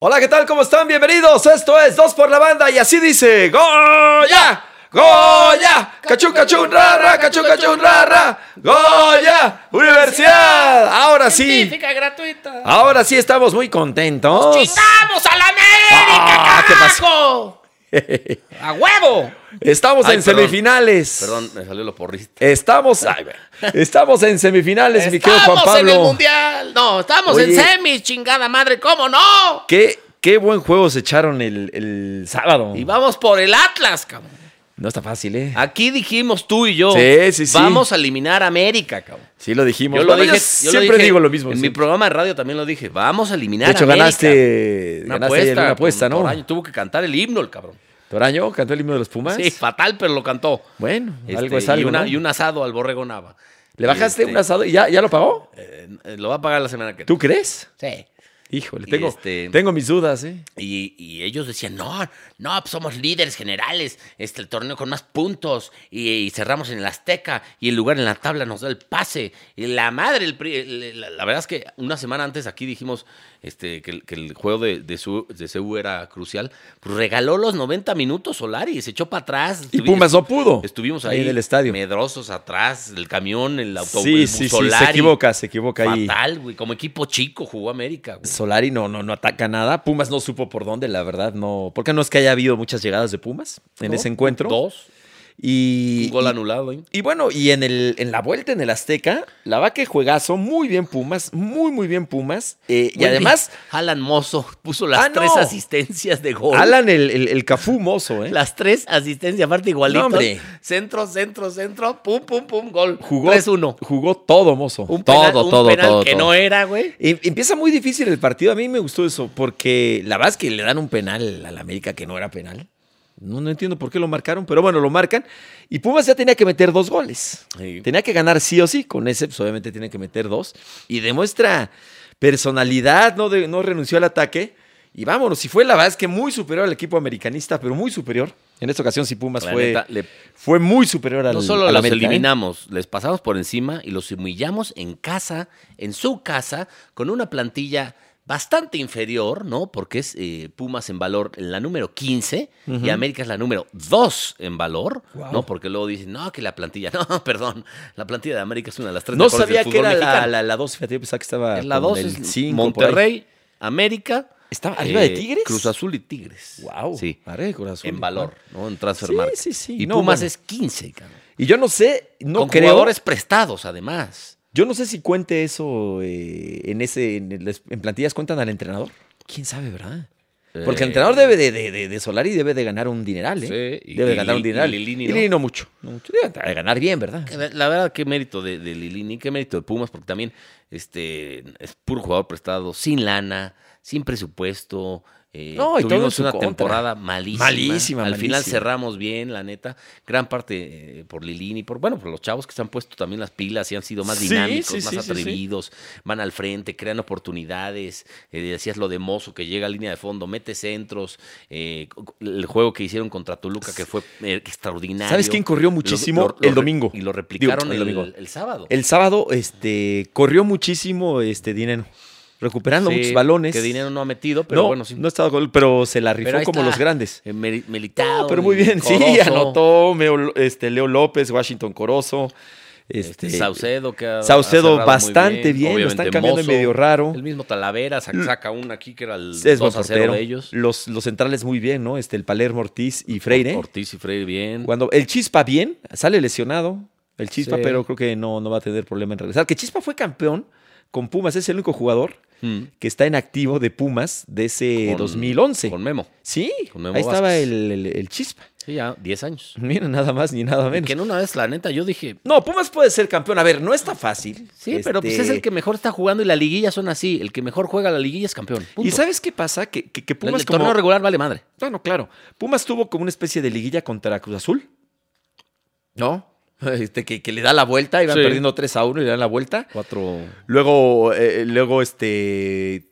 Hola, ¿qué tal? ¿Cómo están? Bienvenidos. Esto es Dos por la Banda y así dice Goya, Goya, cachun, cachun, rara, cachun, cachun, rara, Goya, Universidad. Ahora sí, Ah, Científica gratuita. ahora sí estamos muy contentos. ¡Chingamos a la América, pues. Ah, ¿qué pasó? carajo! ¡A huevo! Estamos Ay, en perdón, semifinales. Perdón, me salió lo porrista. Estamos, ay, estamos en semifinales, mi querido Juan Estamos en el Pablo. mundial. No, estamos Oye. en semis, chingada madre, ¿cómo no? Qué, qué buen juego se echaron el, el sábado. Y Ah, vamos por el Atlas, cabrón. No está fácil, ¿eh? Aquí dijimos tú y yo. Sí, sí, sí. Vamos a eliminar a América, cabrón. Sí, lo dijimos. Yo lo Bueno, dije, yo siempre dije digo lo mismo. En mi siempre. programa de radio también lo dije. Vamos a eliminar De a hecho, América. ganaste, Una ganaste ayer apuesta, una apuesta, con ¿no? Toraño. Tuvo que cantar el himno, el cabrón. Toraño cantó el himno de los Pumas. Sí, fatal, pero lo cantó. Bueno, algo Este, es algo. Y, una- ¿no? y un asado al borrego Nava. ¿Le bajaste Este, un asado y ya, ya lo pagó? eh, eh, lo va a pagar la semana que ¿Tú crees? Sí. Híjole, Y tengo, este- tengo mis dudas, ¿eh? Y, y ellos decían, no, no, pues somos líderes generales, este, el torneo con más puntos, y, y cerramos en el Azteca, y el lugar en la tabla nos da el pase. Y la madre, el pri- el- la, la verdad es que una semana antes aquí dijimos este, que, el- que el juego de, de, su, de CU era crucial, pues regaló los 90 minutos Solari, se echó para atrás. Y Estuvi- Pumas no pudo. Estuvimos Oh, Ahí ahí, en el estadio. Medrosos atrás, el camión, el autobús, Sí, sí, sí, se equivoca, se equivoca ahí. Fatal, güey. Como equipo chico jugó América, güey. Solari no, no, no ataca nada. Pumas no supo por dónde, la verdad, no. Porque no es que haya habido muchas llegadas de Pumas en ¿No? ese encuentro. Dos. Y, Un gol y- anulado, güey. y bueno, y en, el, en la vuelta en el Azteca, la va que juegazo, muy bien Pumas, muy, muy bien Pumas. eh, y Muy además, bien. Alan Mozo puso las Ah, no. tres asistencias de gol. Alan, el, el, el Cafú mozo, ¿eh? Las tres asistencias, aparte igualitos. No, hombre. centro, centro, centro. Pum, pum, pum, gol. Jugó, 3-1. jugó todo, mozo. Un Todo, penal, un todo, penal todo, que todo. no era, güey. Em- Empieza muy difícil el partido. A mí me gustó eso, porque la verdad es que le dan un penal al América que no era penal. No, no entiendo por qué lo marcaron, pero bueno, lo marcan. Y Pumas ya tenía que meter dos goles. Sí. Tenía que ganar sí o sí. Con ese, pues obviamente tiene que meter dos. Y demuestra personalidad, no, de- no renunció al ataque. Y vámonos, y fue la verdad es que muy superior al equipo americanista, pero muy superior. En esta ocasión sí Pumas La fue, neta, le- fue muy superior al no solo al los América, ¿eh? eliminamos, les pasamos por encima y los humillamos en casa, en su casa, con una plantilla bastante inferior, ¿no? Porque es eh, Pumas en valor en la número 15 y América es la número 2 en valor, Guau. ¿no? Porque luego dicen, no, que la plantilla, no, perdón, la plantilla de América es una de las tres No mejores sabía del que fútbol era la, mexicano. la, la 2, fíjate, yo pensaba que estaba. Es la con 2 el es cinco por ahí. Monterrey, América. ¿Estaba arriba de eh, Tigres? Cruz Azul y Tigres. Wow. Sí. Madre, Cruz Azul. En valor, ¿no? En Sí, transfermarkt. sí, sí. Y No, Pumas bueno. es 15, cabrón. Y yo no sé, no Con creo. jugadores prestados, además. Yo no sé si cuente eso eh, en ese, en, el- en plantillas cuentan al entrenador. Quién sabe, ¿verdad? Porque el Eh, entrenador debe de, de, de, de Solari debe de ganar un dineral, ¿eh? Sí, y- debe de y ganar Li- un dineral. y Lilini, Y ¿no? no mucho, no mucho. Debe de ganar bien, ¿verdad? Que ver- La verdad, qué mérito de, de Lilini, qué mérito de Pumas, porque también este, es puro jugador prestado, sin lana, sin presupuesto. eh, No, y todo en tuvimos su una contra. temporada malísima. Malísima, Al final malísima. cerramos bien, la neta. Gran parte eh, por Lilini, por, bueno, por los chavos que se han puesto también las pilas y han sido más Sí, dinámicos, sí, sí, más sí, sí. atrevidos, van al frente, crean oportunidades. eh, decías lo de Mozo que llega a línea de fondo, mete centros. eh, el juego que hicieron contra Toluca que fue eh, extraordinario. ¿Sabes quién corrió Lo- muchísimo? lo- lo El re- domingo. Y lo replicaron Digo, el el, domingo. el sábado. El sábado, este, corrió muchísimo este dinero, recuperando Sí, muchos balones. Que dinero no ha metido, pero no, bueno, sí. no estaba gol, pero se la Pero rifó ahí como está, los grandes. eh, Meri- Militao No, pero y muy bien, sí, Corozo, anotó Meo- este, Leo López, Washington Corozo, este, este, Saucedo, que ha- Saucedo ha cerrado muy bastante bien, lo obviamente están cambiando medio raro. El mismo Talavera sac- saca una aquí que era el es buen 2 a 0 portero. de ellos. Los, los centrales muy bien, ¿no? Este, el Palermo Ortiz y Freire. Ortiz y Freire bien. Cuando el Chispa bien, sale lesionado el Chispa, Sí. pero creo que no, no va a tener problema en regresar. Que Chispa fue campeón con Pumas, es el único jugador Mm. que está en activo de Pumas de ese Con- 2011. Con Memo. sí, con Memo ahí estaba Vázquez. el, el- el Chispa. Sí, ya 10 años. Mira, nada más ni nada Y menos. que en una vez, la neta, yo dije, No, Pumas puede ser campeón. A ver, no está fácil. Sí, pero pues es Este, el que mejor está jugando y la liguilla son así. El que mejor juega la liguilla es campeón. punto. ¿Y sabes qué pasa? Que, que, que El- el, Pumas como... torneo regular vale madre. No, no, claro. Pumas tuvo como una especie de liguilla contra Cruz Azul. ¿No? Este, que, que le da la vuelta, iban Sí. perdiendo 3 a 1 y le dan la vuelta. 4-3. Luego, eh, luego este...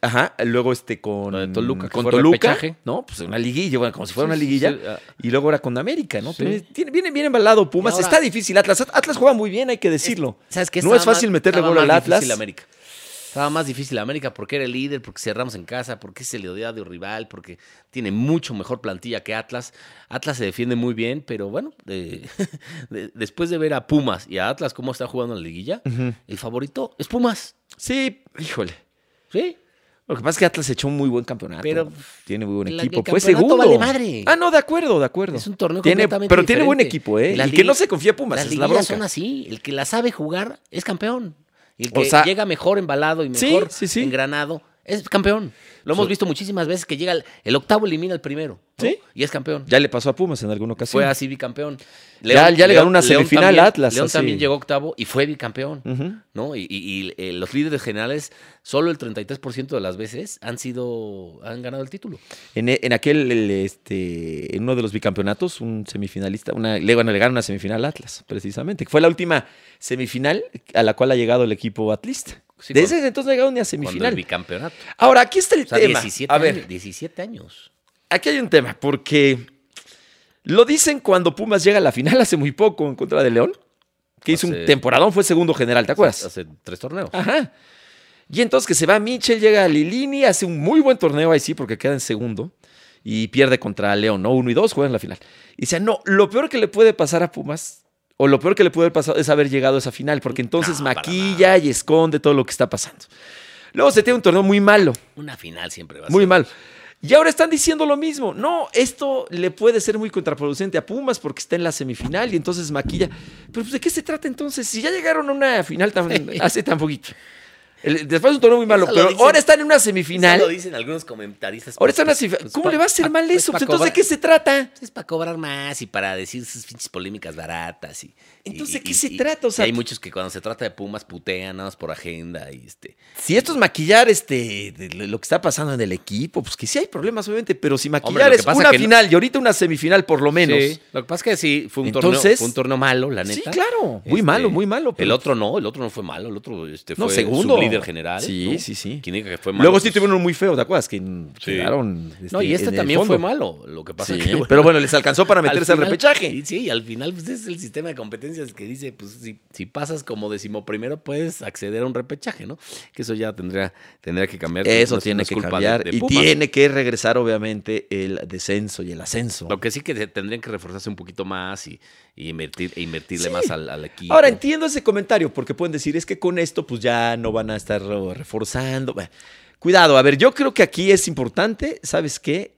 Ajá, luego este con Lo de Toluca, que con fue Toluca, repechaje. ¿no? Pues una liguilla, bueno, como si fuera Sí, una sí, liguilla. sí, ah. Y luego era con América, ¿no? Sí. Tiene- tiene- viene bien embalado Pumas, Y ahora- está difícil Atlas. Atlas juega muy bien, hay que decirlo. ¿Sabes qué? No es Estaba fácil más- meterle estaba gol al más Atlas. difícil América. Estaba más difícil América porque era el líder, porque cerramos en casa, porque es el odiado rival, porque tiene mucho mejor plantilla que Atlas. Atlas se defiende muy bien, pero bueno, eh, de- después de ver a Pumas y a Atlas cómo está jugando en la liguilla, el favorito es Pumas. Sí, híjole. Sí. Lo que pasa es que Atlas echó un muy buen campeonato. Pero, tiene muy buen la- el equipo. Fue campeonato segundo. vale madre. Ah, no, de acuerdo, de acuerdo. Es un torneo Tiene- completamente Pero tiene buen diferente. equipo, ¿eh? Las y que no liguillas- se confía Pumas, Las es la liguillas bronca. son así. El que la sabe jugar es campeón. El O que sea- llega mejor embalado y Sí, mejor sí, sí. engranado es campeón. Lo hemos visto muchísimas veces que llega el, el octavo elimina al primero. ¿no? Sí. Y es campeón. Ya le pasó a Pumas en alguna ocasión. Fue así bicampeón. Ya- ya le ganó una semifinal a también- Atlas, León así. también llegó octavo y fue bicampeón. Ujú. ¿no? Y, y- y, eh, los líderes generales, solo el 33% de las veces han sido han ganado el título. En, e- en aquel, el, este, en uno de los bicampeonatos, un semifinalista, una, le, bueno, le gana una semifinal a Atlas, precisamente. que Fue la última semifinal a la cual ha llegado el equipo atlista. Sí, Desde cuando- ese entonces no ha llegado ni a Cuando el semifinal. bicampeonato. Ahora, aquí está el O sea, tema. 17, a ver, años, 17 años. aquí hay un tema, porque lo dicen cuando Pumas llega a la final hace muy poco en contra de León, que hizo un Hace- temporadón, fue segundo general, ¿te acuerdas? Hace tres torneos. Ajá. Y entonces que se va Mitchell, llega a Lilini, hace un muy buen torneo ahí sí, porque queda en segundo. Y pierde contra León, ¿no? Uno y dos juegan la final. Y dice, no, lo peor que le puede pasar a Pumas, o lo peor que le puede haber pasado es haber llegado a esa final, porque entonces No, para maquilla y esconde todo lo que está pasando. Luego se tiene un torneo muy malo, Una final siempre va a muy ser. malo. Y ahora están diciendo lo mismo. No, esto le puede ser muy contraproducente a Pumas porque está en la semifinal y entonces maquilla. Pero pues, ¿de qué se trata entonces? Si ya llegaron a una final tan, hace tan poquito. El- después de un torneo muy malo, Eso lo pero dicen- ahora están en una Eso lo semifinal. dicen algunos comentaristas. Ahora están en una Pues, semifinal. pues, ¿Cómo pa- le va a hacer pa- mal pues, eso? pa' Pues, entonces, ¿de cobrar- qué se trata? Es para cobrar más y para decir sus pinches polémicas baratas. Y, y- Entonces, y- ¿de qué y- se y- trata? O y sea, hay muchos que cuando se trata de Pumas putean nada más por agenda y este. Si esto es maquillar este, de lo lo que está pasando en el equipo, pues que sí hay problemas, obviamente, pero si maquillar lo que es pasa una que no- final y ahorita una semifinal por lo menos. Sí, Lo que pasa es que sí, fue un, torneo, Entonces- fue un torneo malo, la Sí, neta. Este, claro. Muy malo, muy malo, El pero- otro no, el otro no fue malo, el otro este, No, fue segundo. líder general. Sí, ¿no? sí, sí. Quien diga que fue malo. Luego sí pues- tuvieron uno muy feo, ¿te acuerdas? Que quedaron. No, y este en el también fue fondo. malo. Lo que pasa Sí, es que. pero bueno, les alcanzó para meterse al, final- repechaje. Sí, sí, y al final pues, es el sistema de competencias que dice, pues si, si pasas como decimoprimero puedes acceder a un repechaje, ¿no? Que eso ya tendría, tendría que cambiar. Eso No es- no tiene es que culpa de- cambiar de y Pumas. tiene que regresar obviamente el descenso y el ascenso. Lo que sí que se- tendrían que reforzarse un poquito más y, y invertir, e invertirle más al, al equipo. Ahora entiendo ese comentario porque pueden decir es que con esto pues ya no van a estar oh, reforzando. Bueno, Cuidado, a ver, yo creo que aquí es importante, ¿sabes qué?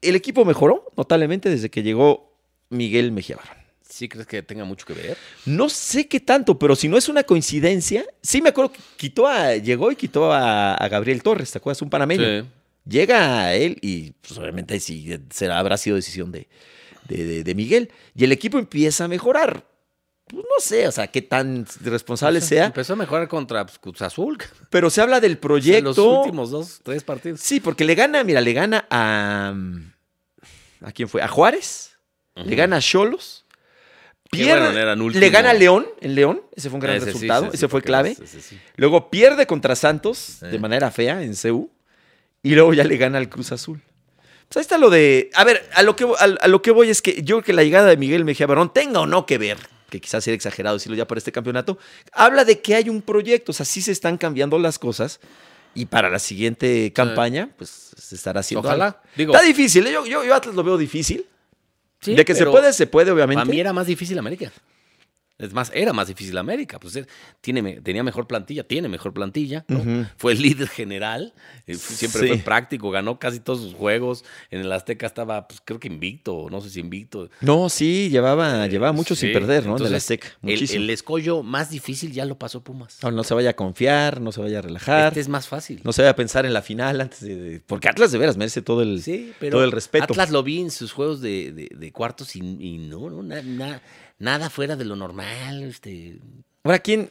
El equipo mejoró notablemente desde que llegó Miguel Mejía Barón. ¿Sí crees que tenga mucho que ver? No sé qué tanto, pero si no es una coincidencia, sí me acuerdo que quitó a, llegó y quitó a, a Gabriel Torres, ¿te acuerdas? Un panameño. Llega a él y pues, obviamente sí, será, habrá sido decisión de, de- de- de Miguel. Y el equipo empieza a mejorar. Pues, no sé, o sea, qué tan responsable sea. Empezó a mejorar contra pues, Cruz Azul. cabrón. Pero se habla del O sea, proyecto. los últimos dos, tres partidos. Sí, porque le gana, mira, le gana a... ¿A quién fue? ¿A Juárez? Le Ujú. gana a Cholos. Que, Pierde, bueno, eran le último. gana a León, en León, ese fue un gran Ese sí, resultado, sí, ese fue porque clave. ese sí. Luego pierde contra Santos de Sí. manera fea en CU. Y luego ya le gana al Cruz Azul. Pues ahí está lo de. A ver, a lo que, vo- a, a lo que voy es que yo creo que la llegada de Miguel Mejía Barón tenga o no que ver, que quizás sea exagerado decirlo ya para este campeonato, habla de que hay un proyecto, o sea, sí se están cambiando las cosas. Y para la siguiente campaña, pues se estará haciendo. Ojalá. algo. Digo- está difícil, ¿eh? yo, yo, yo Atlas lo veo difícil. Sí, de que se pero- puede, se puede, obviamente. Para mí era más difícil América. Es más, era más difícil América. Pues eh, tiene, me- tenía mejor plantilla, tiene mejor plantilla. ¿no? Fue el líder general, eh, fu- siempre Sí. fue práctico, ganó casi todos sus juegos. En el Azteca estaba, pues creo que invicto, no sé si invicto. No, sí, llevaba, llevaba mucho sin Sí, perder, ¿no? de la entonces, Azteca. El, Muchísimo. el escollo más difícil ya lo pasó Pumas. No, no se vaya a confiar, no se vaya a relajar. Este es más fácil. No se vaya a pensar en la final antes de. de- porque Atlas de veras merece todo el, Sí, todo el respeto. Atlas lo vi en sus juegos de, de- de cuartos y, y no, no, na- na- nada fuera de lo normal. Este, Ahora, ¿quién?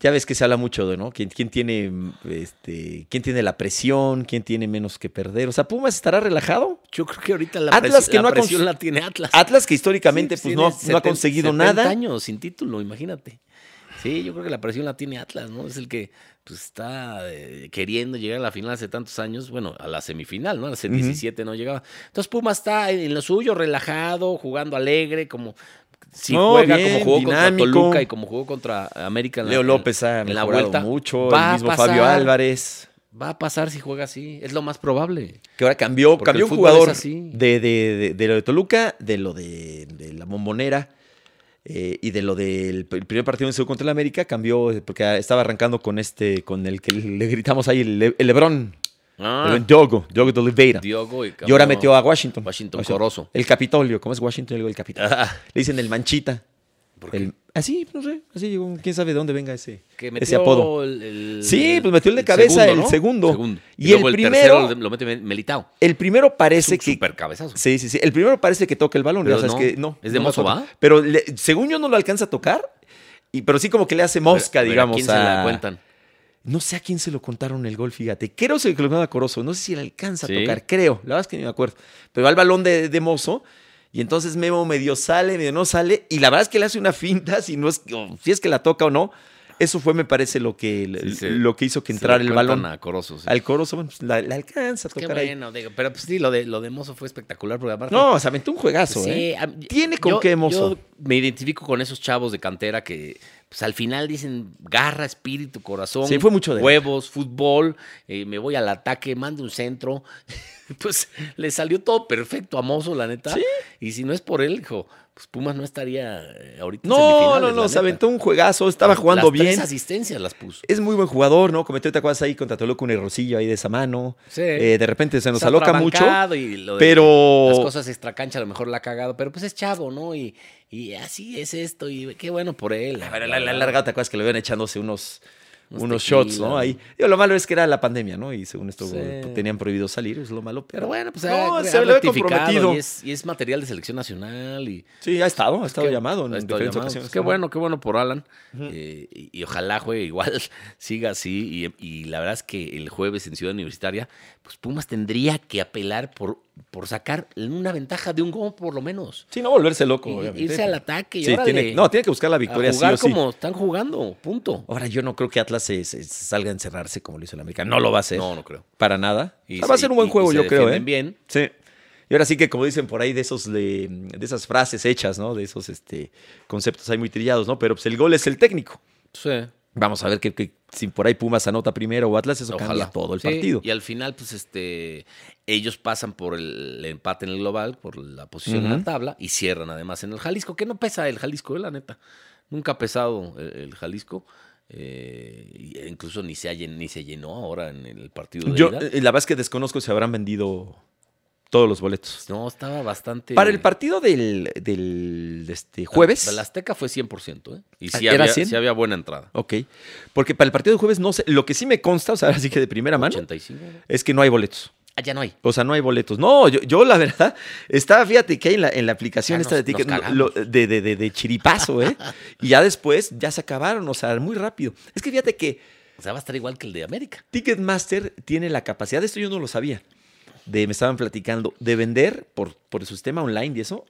Ya ves que se habla mucho de, ¿no? ¿Quién, quién tiene mm, este, quién tiene la presión? ¿Quién tiene menos que perder? O sea, ¿Pumas estará relajado? yo creo que ahorita la, Atlas presi- que la no ha cons- presión la tiene Atlas. Atlas que históricamente Sí, pues, tiene no, no ha seten- conseguido 70 nada. años sin título, imagínate. Sí, yo creo que la presión la tiene Atlas, ¿no? Es el que pues, está eh, queriendo llegar a la final hace tantos años, bueno, a la semifinal, ¿no? Hace Ujú. 17 no llegaba. Entonces Puma está en lo suyo, relajado, jugando alegre, como si No, juega bien, como jugó dinámico. contra Toluca y como jugó contra América en la- Leo López ha en la mejorado vuelta, mucho, va el a mismo pasar. Fabio Álvarez, va a pasar si juega así, es lo más probable. que ahora cambió, Porque cambió el un fútbol es jugador así. de, de- de- de lo de Toluca, de lo de, de la bombonera eh, y de lo del p- el primer partido en su contra el América, cambió eh, porque estaba arrancando con este, con el que le gritamos ahí, el, el Lebrón, Ah. el buen Diogo, Diogo de Oliveira. Diogo y, Y ahora cambió- metió a Washington. Washington Corozo. El Capitolio. ¿Cómo es Washington? El Capitolio. Ah. Le dicen el Manchita. ¿Por qué? El- así, no sé. Así llegó. ¿Quién sabe de dónde venga ese, que ese metió apodo? el- el- Sí, pues metió el de cabeza, el segundo. Y Y, luego el el primero- tercero lo mete Melitao. El primero Es parece un que. super cabezazo. Sí, sí, sí. El primero parece que toca el balón. Pero ya sabes no, que no. es de no lo mozo, toca. ¿va? Pero le- según yo no lo alcanza a tocar. Y, pero sí como que le hace mosca, Pero- pero digamos. ¿A quién se la a- cuentan? No sé a quién se lo contaron el gol, fíjate. Creo se lo contaron a Corozo. No sé si le alcanza a Sí. tocar, creo. La verdad es que ni me acuerdo. Pero va al balón de, de Mozo. Y entonces Memo medio sale, medio no sale. Y la verdad es que le hace una finta, si, no es, o si es que la toca o no. Eso fue, me parece, lo que, Sí, se- lo que hizo que entrar Se el la balón. cuentan a Corozo, sí. Al Corozo, bueno, pues, la, la alcanza a Qué tocar ahí. bueno, digo, pero pues sí, lo de, lo de Mozo fue espectacular. Porque aparte, No, se aventó un juegazo, Sí, ¿eh? a- Tiene con yo- qué Mozo. Yo me identifico con esos chavos de cantera que pues, al final dicen garra, espíritu, corazón, Sí, fue mucho de- huevos, fútbol, eh, me voy al ataque, mando un centro. pues le salió todo perfecto a Mozo, la neta. Y si no es por él, hijo, pues Pumas no estaría eh, ahorita. en No, semifinales, no, la no, se neta. aventó un juegazo. Estaba jugando Las bien. Tres asistencias las puso. Es muy buen jugador, ¿no? Cometió, ¿te acuerdas ahí contra Toluca un errorcillo ahí de esa mano? Sí. Eh, de repente se nos Se ha aloca mucho. atrabancado y lo de pero- Las cosas extracancha a lo mejor la ha cagado, pero pues es chavo, ¿no? Y, y así es esto, y qué bueno por él. A ver, la, la larga, ¿te acuerdas que le iban echándose unos, unos, Unos shots, tequila, ¿no? ¿no? Ahí. Digo, lo malo es que era la pandemia, ¿no? Y según esto Sí. pues, tenían prohibido salir, es lo malo. Pero, Pero bueno, pues no, ha- se ha lo había rectificado comprometido. Y es, y es material de selección nacional y... Sí, ha estado, ha estado qué- llamado en ha estado diferentes llamado. ocasiones. Pues qué bueno, qué bueno por Alan. Eh, y, y ojalá, güey, igual siga así. Y, y la verdad es que el jueves en Ciudad Universitaria, pues Pumas tendría que apelar por, por sacar una ventaja de un gol por lo menos. Sí, no volverse loco, Y- obviamente. irse al ataque y Sí, órale. tiene, no, tiene que buscar la victoria a jugar sí o sí. como están jugando, punto. Ahora, yo no creo que Atlas se, se- se salga a encerrarse como lo hizo el América. No lo va a hacer. No, no creo. Para nada. Y O sea, va a se- ser un buen y- y juego, se yo creo, ¿eh? defienden bien. Sí. Y ahora sí que, como dicen por ahí, de esos de, de esas frases hechas, ¿no? De esos este, conceptos ahí muy trillados, ¿no? Pero pues el gol es el técnico. Sí. Vamos a ver que, que si por ahí Pumas anota primero o Atlas, eso cambia todo el Sí, partido. Y al final, pues, este, ellos pasan por el empate en el global, por la posición en Ujú. la tabla, y cierran además en el Jalisco, que no pesa el Jalisco, eh, la neta. Nunca ha pesado el, el Jalisco. eh, y- e incluso ni se, ha llen- ni se llenó ahora en el partido de Yo, ida. eh, la verdad es que desconozco si habrán vendido todos los boletos. Pues, No, estaba bastante. Para el partido del, del este, jueves. Ah, La Azteca fue 100%, ¿eh? Y sí, ¿Era había, 100? sí había buena entrada. Ok. Porque para el partido del jueves, no sé. Lo que sí me consta, o sea, ahora sí que de primera mano, 85. ¿no? es que no hay boletos. Ah, ya no hay. O sea, no hay boletos. No, yo, yo la verdad, estaba, fíjate que en la, en la aplicación Ya esta nos- de ticket nos cagamos. lo- de, de, de, de chiripazo, ¿eh? y ya después, ya se acabaron, o sea, muy rápido. Es que fíjate que O sea, va a estar igual que el de América. Ticketmaster tiene la capacidad, esto yo no lo sabía, de, me estaban platicando, de vender por, por su sistema online y eso,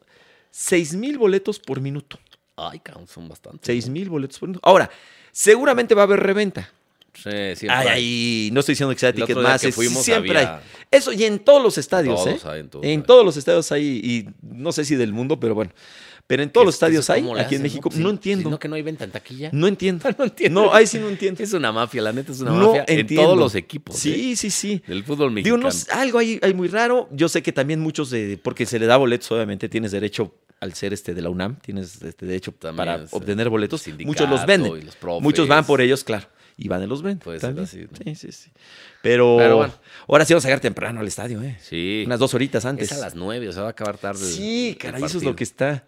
6 mil boletos por minuto. Ay, cabrón, son bastantes. 6 mil boletos por minuto. Ahora, seguramente va a haber reventa. Sí, sí. Ay, entra- ay, no estoy diciendo que sea El otro día Ticketmaster, que fuimos siempre había- hay. Eso, y en todos los estadios, Todos ¿eh? hay, en en todos, todos hay. los estadios hay, y no sé si del mundo, pero bueno. Pero en todos Que- los que eso estadios hay, cómo le aquí en hacen, México. Si- No, entiendo. si No, no, que no hay venta en taquilla. entiendo. No entiendo. No, ahí sí no entiendo. Es una mafia, la neta es una no mafia. entiendo. En todos los equipos. Sí, sí, sí. ¿eh? Del fútbol Digo, mexicano. no sé, algo ahí, ahí muy raro. Yo sé que también muchos de. Porque se le da boletos, obviamente tienes derecho al ser este de la UNAM, tienes este derecho También para es, eh, obtener boletos. el Muchos los sindicato venden. y los profes. Muchos van por ellos, claro. Y van y los venden. Puede ser también. así, Sí, ¿no? sí, sí. Pero, Pero bueno. ahora sí vamos a llegar temprano al estadio, ¿eh? Sí. Unas dos horitas antes. Es a las nueve, o sea, va a acabar tarde. el- Sí, el caray, eso es partido. lo que está.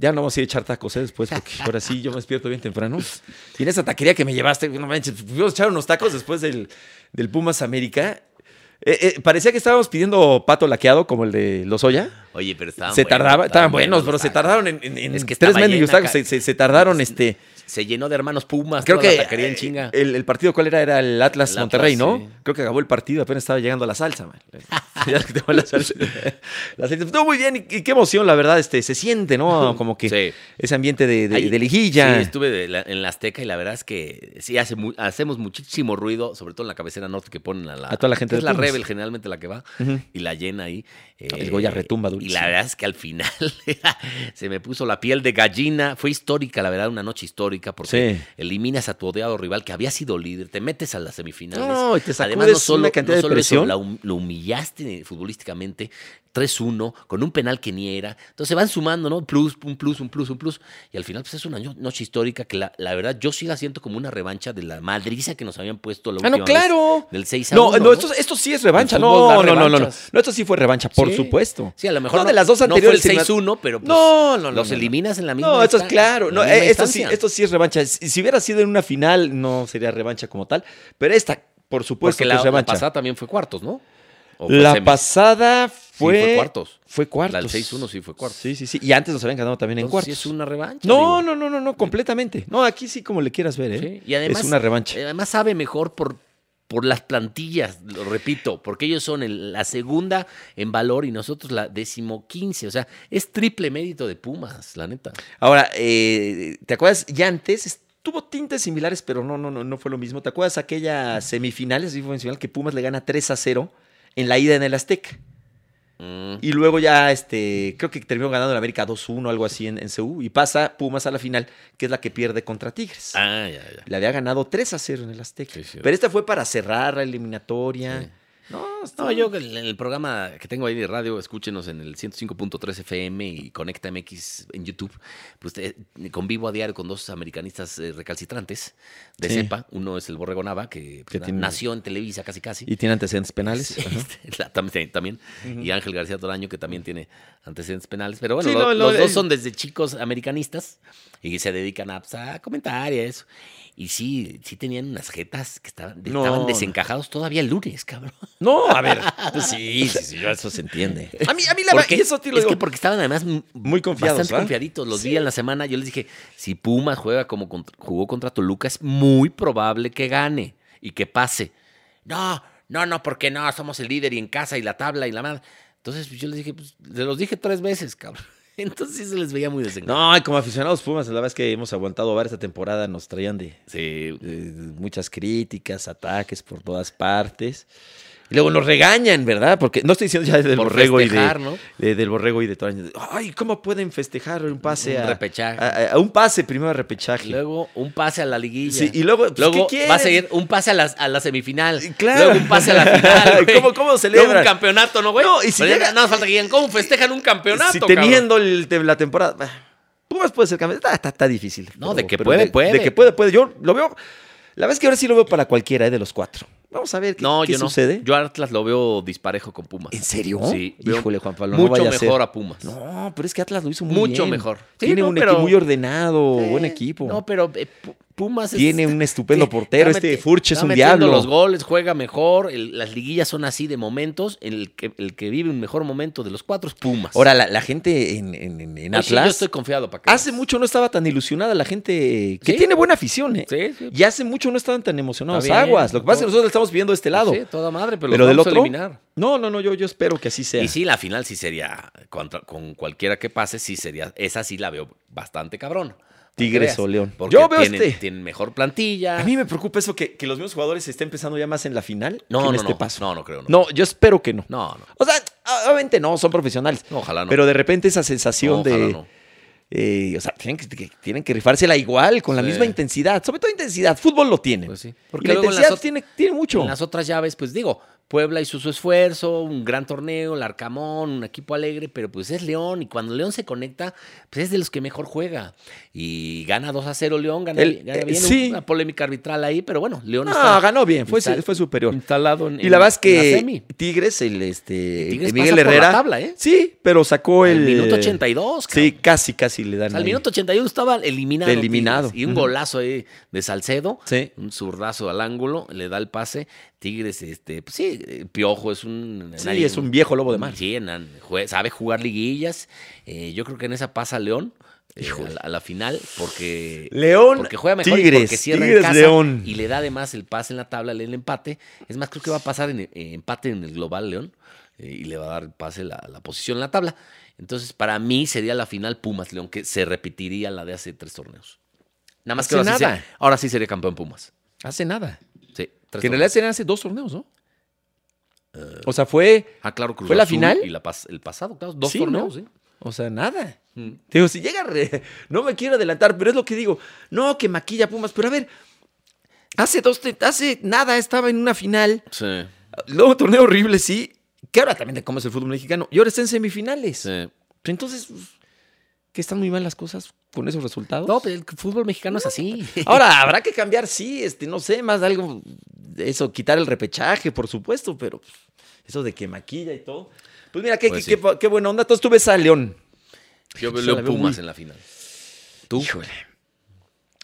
Ya no vamos a ir a echar tacos ¿eh? después, porque ahora sí yo me despierto bien temprano. Y en esa taquería que me llevaste, no manches, fuimos a echar unos tacos después del, del Pumas América. Eh, eh, parecía que estábamos pidiendo pato laqueado como el de Lozoya. Oye, pero estaban Se buenos, tardaba, estaban buenos, los pero se tacos. tardaron en, en- en Es que tres estaba mendigos llena, Pues, tacos. Se, se- ca- se tardaron este se llenó de hermanos Pumas. Creo toda que la taquería en eh, chinga. El, el partido, ¿cuál era? Era el Atlas El Atlas, Monterrey, ¿no? sí. Creo que acabó el partido, apenas estaba llegando a la salsa, man. Ya que tengo la salsa. La salsa. Estuvo muy bien y, y qué emoción, la verdad, este, se siente, ¿no? Como que Sí. ese ambiente de, de- Ahí- de liguilla. Sí, estuve de la- en la Azteca y la verdad es que sí hace mu- hacemos muchísimo ruido, sobre todo en la cabecera norte que ponen a la, A toda la gente Es de la Pumas. Rebel generalmente la que va Ujú. y la llena ahí. eh, El Goya retumba Y durísimo. la verdad es que al final se me puso la piel de gallina. Fue histórica, la verdad, una noche histórica porque Sí. eliminas a tu odiado rival que había sido líder, te metes a las semifinales. No, y te Además, no sacudes solo, una cantidad no de solo eso, presión. la hum- lo humillaste futbolísticamente 3-1 con un penal que ni era. Entonces van sumando, ¿no? Plus, un plus, un plus, un plus. Y al final, pues es una no- noche histórica que la, la verdad yo sí la siento como una revancha de la madriza que nos habían puesto la Ah, última no, claro. vez del 6 No, no, esto, esto sí es revancha. El fútbol da No, no, no, no, no. revanchas. No, esto sí fue revancha, por Sí. supuesto. Sí, a lo mejor No, de las dos no anteriores. fue el sino- 6-1, pero pues No, no, no, los no, no. eliminas en la misma No, esto es instan- claro. en No, la misma eh, esto, sí, instancia. esto sí es revancha. Si, si hubiera sido en una final, no sería revancha como tal. Pero esta, por supuesto, Porque pues, que la, es la revancha. pasada también fue cuartos, ¿no? O fue La semis. pasada fue. fue cuartos. Fue cuartos. La del 6-1 sí fue cuartos. Sí, sí, sí. Y antes nos habían ganado también en Entonces, sí cuartos. es una revancha. No, digo. no, no, no, no, completamente. No, aquí sí, como le quieras ver, ¿eh? Sí, Y además, eh, es una revancha. Además sabe mejor por, por las plantillas, lo repito, porque ellos son el- la segunda en valor y nosotros la decimoquince. O sea, es triple mérito de Pumas, la neta. Ahora, eh, ¿te acuerdas? Ya antes estuvo tintes similares, pero no, no, no, no fue lo mismo. ¿Te acuerdas aquella semifinal, así fue semifinal, que Pumas le gana 3 a 0 en la ida en el Azteca? Mm. Y luego ya, este, creo que terminó ganando en América 2-1, algo así en, en CU. Y pasa Pumas a la final, que es la que pierde contra Tigres. Ah, ya, ya. Le había ganado 3 a 0 en el Azteca. Sí, sí. Pero esta fue para cerrar la eliminatoria. Sí. No, estuvo- No, yo en el programa que tengo ahí de radio, escúchenos en el 105.3 FM y Conecta MX en YouTube. Pues eh, convivo a diario con dos americanistas eh, recalcitrantes de Sí. cepa. Uno es el Borrego Nava, que Que pues, tiene- nació en Televisa casi casi. Y tiene antecedentes penales. Sí, este, Ajá. la- tam- sí, también. Y Ángel García Toraño, que también tiene antecedentes penales. Pero bueno, Sí, lo- no, lo- los eh. dos son desde chicos americanistas y se dedican a, pues, a comentar y a eso. Y sí, sí tenían unas jetas que estaban, No, estaban no. desencajados todavía el lunes, cabrón. No, a ver. pues sí, sí, sí, eso se entiende. A mí, a mí la verdad, Porque- y eso te lo es que digo. porque estaban además m- Muy confiados, Bastante ¿va? confiaditos. Los vi en la semana. Yo les dije, si Pumas juega como cont- jugó contra Toluca, es muy probable que gane y que pase. No, no, no, porque no, somos el líder y en casa y la tabla y la madre. Entonces pues, yo les dije, pues, se los dije tres veces, cabrón. Entonces sí se les veía muy desengañado. No, y como aficionados Pumas, la verdad es que hemos aguantado varias esta temporada, nos traían de, Sí, de muchas críticas, ataques por todas partes. Y luego nos regañan, ¿verdad? Porque no estoy diciendo ya del Por borrego festejar, y de, ¿no? de- del borrego y de Toraño. Ay, ¿cómo pueden festejar un pase Un a repechaje. A, a un pase primero a repechaje. Luego un pase a la liguilla. Sí, y luego, pues, luego ¿qué quieres? va a seguir un pase a la, a la semifinal. Y claro. Luego un pase a la final. güey. ¿Cómo- cómo celebran? Luego un campeonato, ¿no, güey? No, y si Pero ya llega- nada más falta que digan, ¿cómo festejan un campeonato? si cabrón? teniendo el te- la temporada. bah, Pumas puede ser campeón. Está, está- está difícil. No, de que puede, de, puede. de que puede, puede. Yo lo veo. La vez que ahora sí lo veo para cualquiera eh, de los cuatro. Vamos a ver qué, No, qué yo no. sucede. Yo a Atlas lo veo disparejo con Pumas. ¿En serio? Sí. veo Híjole, Juan Pablo. no Mucho vaya a ser. mejor a Pumas. No, pero es que Atlas lo hizo muy Mucho bien. mejor. Sí, Tiene no, un pero- equipo muy ordenado, buen Eh, equipo. No, pero eh, Pu- Pumas es- Tiene un estupendo Sí, portero, está este meti- Furch es está un metiendo diablo. Los goles juega mejor, el- las liguillas son así de momentos. El que, el que vive un mejor momento de los cuatro es Pumas. Ahora, la, la gente en, en- en- en Hoy sí, pues. yo Atlas. estoy confiado para que. hace mucho no estaba tan ilusionada la gente que Sí. tiene buena afición, ¿eh? Sí, sí. Y hace mucho no estaban tan emocionados. Está bien. Aguas. Lo que pasa es que nosotros le estamos viendo de este lado. Sí, toda madre, pero, Pero, los del vamos a otro. eliminar. No, no, no, yo, yo espero que así sea. Y sí, la final sí sería, contra- con cualquiera que pase, sí sería, esa sí la veo bastante cabrón. Tigres Veas, o León. Porque Yo veo tienen, este. tienen mejor plantilla. A mí me preocupa eso que, que los mismos jugadores se estén pensando ya más en la final no, que no, en este no, paso. no, no creo. No, No, yo espero que no. no. no. O sea, obviamente no, son profesionales. No, ojalá no. Pero de repente esa sensación No, ojalá de. no. eh, o sea, tienen que, que- tienen que rifársela igual, con la Sí. misma intensidad. Sobre todo intensidad. Fútbol lo tiene. Pues sí. Porque Porque la luego en las intensidad ot- tiene, tiene mucho. En las otras llaves, pues digo, Puebla hizo su esfuerzo, un gran torneo, el Arcamón, un equipo alegre, pero pues es León y cuando León se conecta, pues es de los que mejor juega. Y gana 2 a 0 León, gana, El- gana eh, bien, sí. una polémica arbitral ahí, pero bueno, León No, está ganó bien, fue, está- fue superior. instalado en Y la en- verdad es en la que semi. Tigres, el este Y Tigres el Miguel pasa por la Herrera. tabla, ¿eh? Sí, pero sacó Al el. minuto 82, Sí, cabrón. casi, casi le dan. Al ahí. minuto 81 estaba eliminado. Eliminado. Tigres. y un Ujú. golazo ahí de Salcedo. Sí. Un zurdazo al ángulo. Le da el pase. Tigres, este, pues sí, eh, Piojo es un. Sí, es un viejo lobo de mar. Sí, enan- jue- sabe jugar liguillas. Eh, yo creo que en esa pasa León. eh, a, la, a la final porque León, porque juega mejor y Tigres, porque cierra en Tigres, casa León. y le da además el pase en la tabla, el empate. Es más, creo que va a pasar en eh, empate en el global León eh, y le va a dar el pase la, la posición en la tabla. Entonces, para mí sería la final Pumas León que se repetiría la de hace tres torneos. Nada más que Hace ahora, Sí, nada. se- ahora sí sería campeón Pumas. Hace nada. Sí, tres Que en torneos. Eh, realidad serían hace dos torneos, ¿no? o sea, fue. Ah, claro, Cruz ¿Fue la Azul final? Y la pas- el pasado, claro, dos Sí, torneos, ¿no? ¿eh? O sea, nada. Mm. Te digo, si llega. re- no me quiero adelantar, pero es lo que digo. No, que maquilla a Pumas. Pero a ver, hace dos. te- Hace nada estaba en una final. Sí, Luego, torneo horrible, sí. Que ahora también de cómo es el fútbol mexicano. Y ahora está en semifinales. Pero entonces, pues, ¿que están muy mal las cosas con esos resultados? No, pues, pero el fútbol mexicano es así. Ahora, habrá que cambiar, sí, este, no sé, más de algo, de eso, quitar el repechaje, por supuesto, pero pues, eso de que maquilla y todo. Pues mira, qué, Pues qué- sí. qué- qué buena onda. Entonces tú ves a León. Yo Yo veo la León veo Pumas muy- en la final. ¿Tú?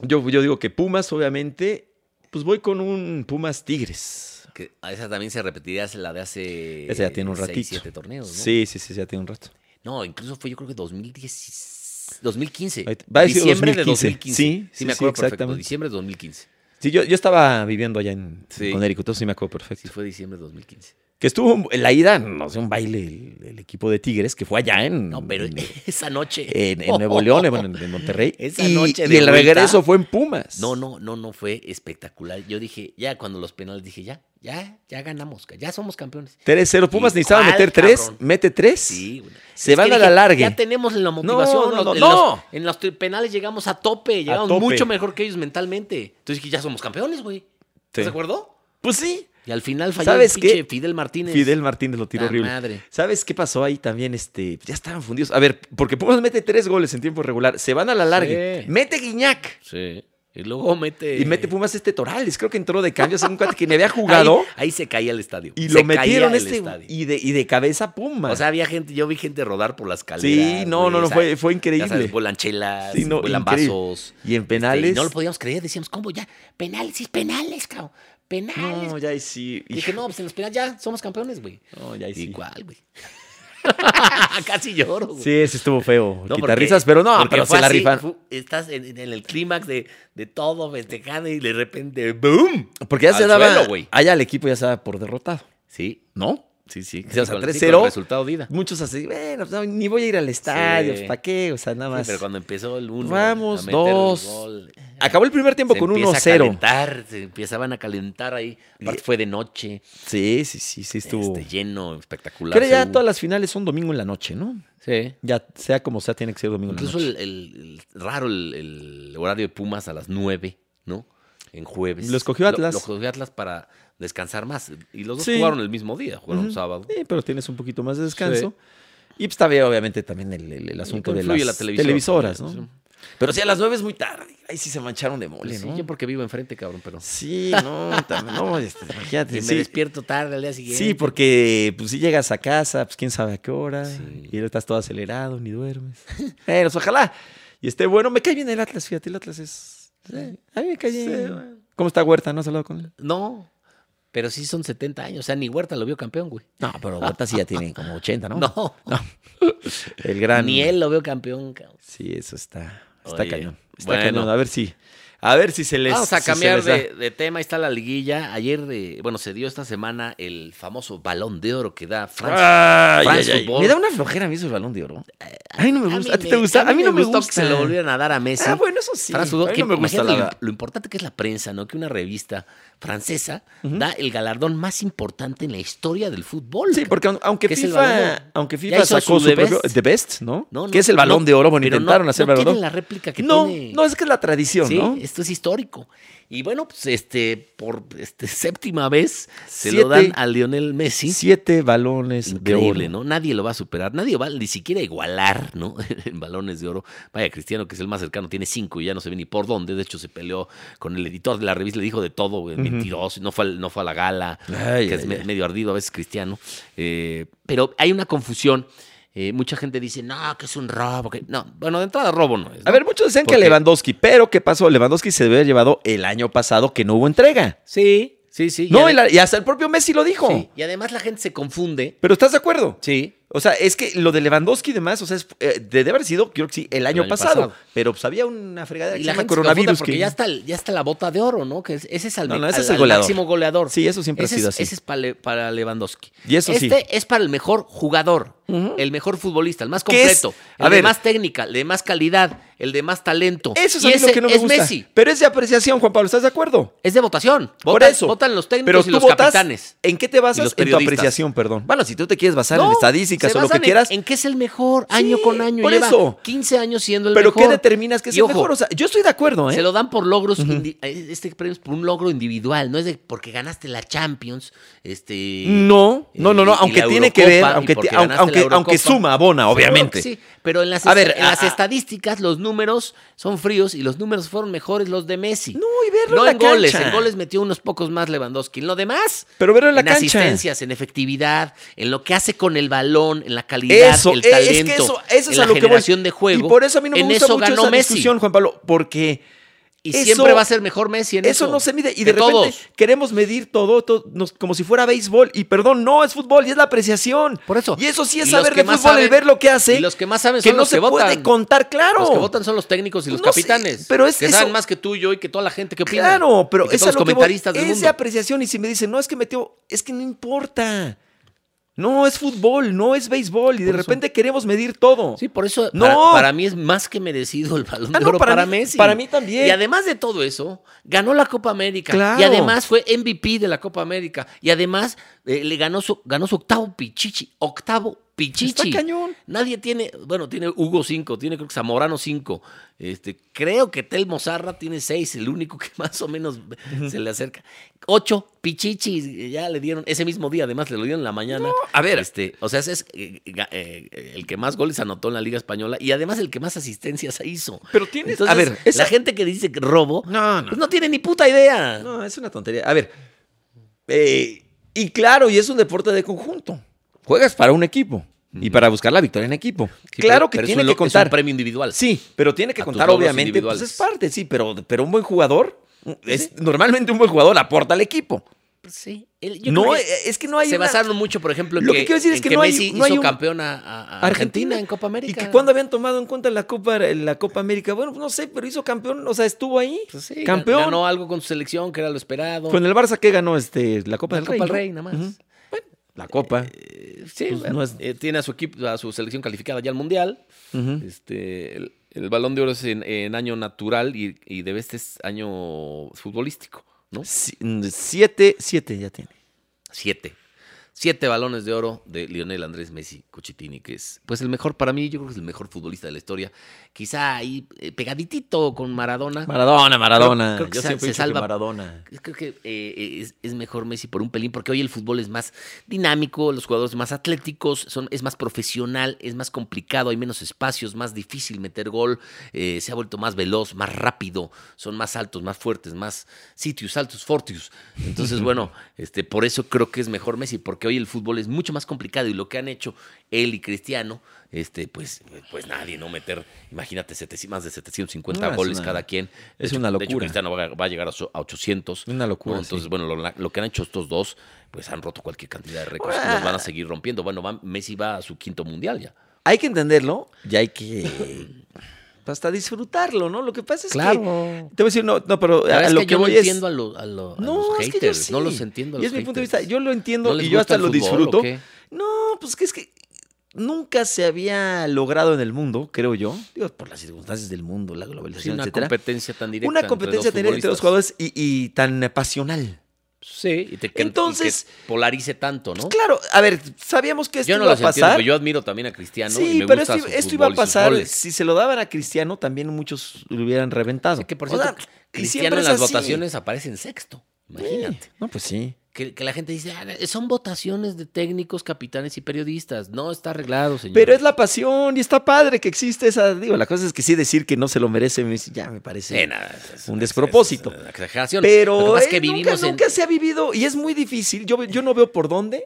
Yo, yo digo que Pumas, obviamente, pues voy con un Pumas Tigres. Que a esa también se repetiría la de hace. Esa ya tiene un seis, ratito. siete torneos, ¿no? Sí, sí, sí, ya tiene un rato. No, incluso fue yo creo que 2010, 2015. Ahí te- va a decir diciembre 2015. de 2015. Sí, sí, me sí, acuerdo perfecto. exactamente. Diciembre de 2015. Sí, yo, yo estaba viviendo allá en Sí. Conérico, entonces sí me acuerdo perfecto. Sí, fue diciembre de 2015. Que estuvo en la ida, no sé, un baile el, el equipo de Tigres, que fue allá en. No, pero en, esa noche. Mm, en- en Nuevo León, bueno, en, en Monterrey. Esa y, noche y de el vuelta. regreso fue en Pumas. No, no, no, no fue espectacular. Yo dije, ya cuando los penales dije, ya, ya, ya ganamos, ya somos campeones. 3-0 Pumas ¿Y necesitaba cuál, meter 3, cabrón? mete 3. Sí, güey. Se Es van que a la dije, larga. Ya tenemos la motivación. No, no, los- no, en, no. Los, en los tri- penales llegamos a tope, llegamos tope. mucho mejor que ellos mentalmente. Entonces dije, ya somos campeones, güey. ¿Estás de acuerdo? Pues sí. Y al final falló ¿Sabes el pinche qué? Fidel Martínez. Fidel Martínez lo tiró La horrible. madre. ¿Sabes qué pasó ahí también? Este, ya estaban fundidos. A ver, porque Pumas mete 3 goles en tiempo regular. Se van a la larga. Sí. Mete Guiñac. Sí. Y luego mete. Y mete Pumas este Torales. Creo que entró de cambio. Es un cuate que ni había jugado. Ahí, ahí se caía el estadio. y Se lo caía metieron el este. estadio. Y de, y de cabeza Pumas. O sea, había gente, yo vi gente rodar por las calles. sí, no, no, no. Fue, fue Ya increíble. sabes, vuelan chelas, Sí, no, vuelan increíble. vasos. y en Este, y penales. no lo podíamos creer, decíamos, ¿cómo ya? Penales, sí, penales, cabrón. Penales. No, ya ahí sí. Y dije, no, pues en los penales ya somos campeones, güey. No, ya ahí sí. Igual, güey. Casi lloro, güey. Sí, ese estuvo feo. No, porque- Quitarrisas, pero no, porque pero fue se la así, rifan. fu- Estás en, en el clímax de, de todo festejado y de repente ¡boom! Porque ya se Al daba. suelo, güey. allá el equipo ya se daba por derrotado, Sí, ¿no? sí, sí. Sí, o sea, con- con 3-0. el resultado de ida. Muchos así, bueno, pues, no, ni voy a ir al estadio, Sí. ¿para qué? O sea, nada Sí, más. pero cuando empezó el 1. Vamos, dos. Acabó el primer tiempo Se con empieza a 1-0. calentar, se empezaban a calentar ahí. Aparte fue de noche, Sí, sí, sí, sí, estuvo. este, lleno, espectacular. Creo que ya seguro. todas las finales son domingo en la noche, ¿no? Sí. Ya sea como sea, tiene que ser domingo en la Incluso noche. el, el- el- raro el, el horario de Pumas a las 9, ¿no? En jueves. Lo escogió Atlas. Lo, escogió Atlas para descansar más. Y los dos Sí. jugaron el mismo día, jugaron Ujú. sábado. Sí, pero tienes un poquito más de descanso. Y pues está bien, obviamente, también el, el- el asunto de influye las la televisora televisoras, ¿no? también, Pero sí, a las nueve es muy tarde. Ahí sí se mancharon de mole, Pues Sí, ¿no? yo porque vivo enfrente, cabrón, pero. Sí, no, tam- no, este, imagínate. Y me Sí, despierto tarde al día siguiente. sí, porque pues si llegas a casa, pues quién sabe a qué hora, Sí. y ahora estás todo acelerado, ni duermes. Pero pues, ojalá. Y esté bueno, me cae bien el Atlas, fíjate, el Atlas es... eh, A mí me cae bien. ¿Cómo está Huerta? ¿No has hablado con él? No, pero sí son 70 años. O sea, ni Huerta lo vio campeón, güey. No, pero Huerta sí ya tiene como 80, ¿no? No, El gran... ni él lo vio campeón, cabrón. Sí, eso está... Está Oye, cañón. Está bueno. cañón. A ver si... A ver si se les... Vamos a si se cambiar les da. de, de tema. Ahí está la liguilla. Ayer, eh, bueno, se dio esta semana el famoso balón de oro que da Francia. Ay, France ay, ay. Football. Me da una flojera a mí eso el balón de oro. A mí no me gusta. ¿A, ti te Eh, me- gusta? A mí, no me gustó gusta. que se lo volvieran a dar a Messi. Ah, bueno, eso sí. France Football, A mí que no me gusta imagínate la- lo, lo importante que es la prensa, ¿no? Que una revista francesa da el galardón más importante en la historia del fútbol. Sí, cabrón. porque aun- aunque ¿Qué es el FIFA, balón? aunque Ya FIFA hizo sacó su su The propio Best. The Best, ¿no? No, no, que es el balón no, de oro, bueno, pero no- intentaron hacer no balón de tienen oro. la réplica que No, tiene- no, es que es la tradición, Sí, ¿no? esto es histórico. Y bueno, pues este, por este séptima vez se Siete. lo dan a Lionel Messi. Siete balones Increíble, de oro. ¿no? Nadie lo va a superar, nadie va ni siquiera a igualar, ¿no? en balones de oro. Vaya, Cristiano, que es el más cercano, tiene cinco y ya no se ve ni por dónde. De hecho, se peleó con el editor de la revista, le dijo de todo, güey, mentiroso, no fue, al- no fue a la gala, Ay, que es ay, me- ay. medio ardido a veces Cristiano. Eh, pero hay una confusión. Eh, mucha gente dice, no, que es un robo. que-". No, bueno, de entrada robo no es. A ¿no? ver, muchos decían que Porque- Lewandowski, pero ¿qué pasó? Lewandowski se debe haber llevado el año pasado que no hubo entrega. Sí, sí, sí. y No, ade- y, la- y hasta el propio Messi lo dijo. sí, y además la gente se confunde. Pero ¿estás de acuerdo? Sí. O sea, es que lo de Lewandowski y demás, o sea, es, eh, debe haber sido, creo que sí, el año, año pasado, pasado. Pero pues había una fregadera Y que la se llama gente coronavirus. coronavirus porque que- ya está, el- ya está la bota de oro, ¿no? Que es- ese es al, No, no, ese al- es el al goleador. máximo goleador. Sí, eso siempre Ese ha sido es- así. Ese es para, Le- para Lewandowski. Y eso sí. este es para el mejor jugador, el mejor futbolista, el más ¿Qué es? completo, A el de ver. más técnica, el de más calidad, el de más talento. Eso es Y a mí lo ese que no me es gusta. Messi. Pero es de apreciación, Juan Pablo, ¿estás de acuerdo? Es de votación. Votan, Por eso. votan los Pero técnicos y tú los votas, capitanes. ¿En qué te Y basas? los En tu periodistas. apreciación, perdón. Bueno, si tú te quieres basar No, en estadísticas se o lo que basan en- quieras. En, que es el mejor año con año. por Lleva eso. 15 años siendo el pero mejor. ¿qué determinas que es Y el ojo, mejor? O sea, yo estoy de acuerdo, ¿eh? Se lo dan por logros, indi- eh, este premio es por un logro individual, no es de porque ganaste la Champions, este... No, no, no, no, y- y aunque la tiene Eurocopa, que ver, y aunque, porque ti- aun- ganaste la aunque, aunque Eurocopa. suma, abona, Seguro que obviamente. Sí, pero en las, A est- ver, en a- las a- estadísticas los números son fríos y los números fueron mejores los de Messi. No, y verlo No en la en goles, cancha. en goles metió unos pocos más Lewandowski, en lo demás... Pero verlo en la en cancha. asistencias, en efectividad, en lo que hace con el balón, en la calidad, Eso, e, el es- talento, es que eso, eso es en a la lo que voy. generación de juego. Y por eso a mí no me en gusta eso mucho ganó esa Messi. discusión, Juan Pablo, porque Y Eso- siempre va a ser mejor Messi en eso. eso, no se mide. Y de, repente todos. queremos medir todo, todo, nos- como si fuera béisbol. Y perdón, no, es fútbol y es la apreciación. Por eso. Y eso sí es Y los saber que de más fútbol, saben- el ver lo que hace. y los que más saben que son no los se que puede votan. contar, claro. Pues Los que votan son los técnicos y los No sé, capitanes. pero es- que eso- saben más que tú y yo y que toda la gente que opina. Claro, pero Y que es todos a los lo que voy. comentaristas del Es de mundo. apreciación. Y si me dicen, no, es que metió, es que no importa. No, es fútbol, no es béisbol. Y de Por eso. repente queremos medir todo. Sí, por eso No. para, para mí es más que merecido el balón Ah, de no, oro para, para mí- Messi. para mí también. Y además de todo eso, ganó la Copa América. Claro. Y además fue MVP de la Copa América. Y además eh, le ganó su, ganó su octavo pichichi. Octavo pichichi. Está cañón. Nadie tiene, bueno, tiene Hugo 5, tiene creo que Zamorano 5. Este, creo que Telmo Zarra tiene 6, el único que más o menos se le acerca. 8 pichichis, eh, ya le dieron ese mismo día, además le lo dieron en la mañana. a ver. este, o sea, ese es eh, ga- eh, el que más goles anotó en la Liga española y además el que más asistencias hizo. Pero tienes- Entonces, a ver, esa- la gente que dice que robo, No, no. pues no tiene ni puta idea. No, es una tontería. A ver. eh, y claro, y es un deporte de conjunto. Juegas para un equipo y para buscar la victoria en equipo. Sí, claro pero- que pero es tiene un lo- que contar. Es un premio individual. Sí, pero tiene que A tus contar, logros obviamente. Pues individuales. es parte, sí, pero, pero un buen jugador. mm, Es, Normalmente un buen jugador aporta al equipo. Sí. Él- yo no, creo que- eh, es que no hay. se una- basaron mucho, por ejemplo, en Lo que, que quiero decir es en que no hay- Messi no hay hizo un- campeón a, a- a Argentina en Copa América. ¿Y que cuándo habían tomado en cuenta la Copa, la Copa América? Bueno, no sé, pero hizo campeón, o sea, estuvo ahí. Pues sí, campeón. Ganó algo con su selección, que era lo esperado. Con el Barça, ¿qué ganó? Este, la Copa la del Copa Rey. del ¿no? Rey, nada más. Ujú. La Copa. Eh, sí, Pues bueno, no es- eh, tiene a su equipo, a su selección calificada ya al Mundial. Ujú. Este, el, el balón de oro es en, en año natural y, y de este es año futbolístico, ¿no? Si- mm, Siete, siete ya tiene. Siete. Siete balones de oro de Lionel Andrés Messi Cochitini, que es pues el mejor para mí, yo creo que es el mejor futbolista de la historia. Quizá ahí eh, pegaditito con Maradona. Maradona, Maradona. creo que Yo se- siempre he se dicho que salva. Maradona. Creo que eh, es, es mejor Messi por un pelín, porque hoy el fútbol es más dinámico, los jugadores más atléticos, son, es más profesional, es más complicado, hay menos espacios, más difícil meter gol, eh, se ha vuelto más veloz, más rápido, son más altos, más fuertes, más sitius, altos, fortius. Entonces, bueno, este, por eso creo que es mejor Messi, porque hoy el fútbol es mucho más complicado y lo que han hecho él y Cristiano, este, pues, pues nadie, ¿no? Meter, imagínate, 700 más de 750 No, es goles una- cada quien. De es hecho- una de hecho, locura. Cristiano va a, va a llegar a so- a 800. Una locura, ¿no? Entonces, bueno, lo, lo que han hecho estos dos, pues han roto cualquier cantidad de récords y Ahora- los van a seguir rompiendo. Bueno, va- Messi va a su quinto mundial ya. Hay que entenderlo y hay que. Hasta disfrutarlo, ¿no? Lo que pasa es Claro. que. Te voy a decir, no, no, pero La a verdad lo es que, que, yo no voy es. entiendo a, lo- a lo- a los es haters. que yo sí. No los entiendo. a Y los es mi punto de haters. vista. Yo lo entiendo ¿No les y yo gusta hasta el lo fútbol o disfruto. qué? No, pues que es que nunca se había logrado en el mundo, creo yo. Digo, por las circunstancias del mundo, la Sí, globalización, una etcétera. competencia tan directa. Una entre competencia dos tener entre los futbolistas. jugadores y, y tan eh, pasional. Sí, y te- que- Entonces- y que polarice tanto, ¿no? Pues claro, a ver, sabíamos que esto yo no iba a los entiendo, pasar. pero yo admiro también a Cristiano. y sí, me pero gusta esto, su esto iba a fútbol y sus pasar. goles. Si se lo daban a Cristiano, también muchos lo hubieran reventado. que por O sea, cierto, y Cristiano siempre en es las así. votaciones aparece en sexto. Imagínate. Sí. No, pues sí. Que, que la gente dice, "Ah, son votaciones de técnicos, capitanes y periodistas. No está arreglado, señor. Pero es la pasión y está padre que existe esa. Digo, la cosa es que sí decir que no se lo merece, me- ya me parece. Sí, nada, es- es- un es- despropósito. es una exageración. Lo Pero pasa eh, nunca, nunca se ha vivido y es muy difícil. Yo, yo no veo por dónde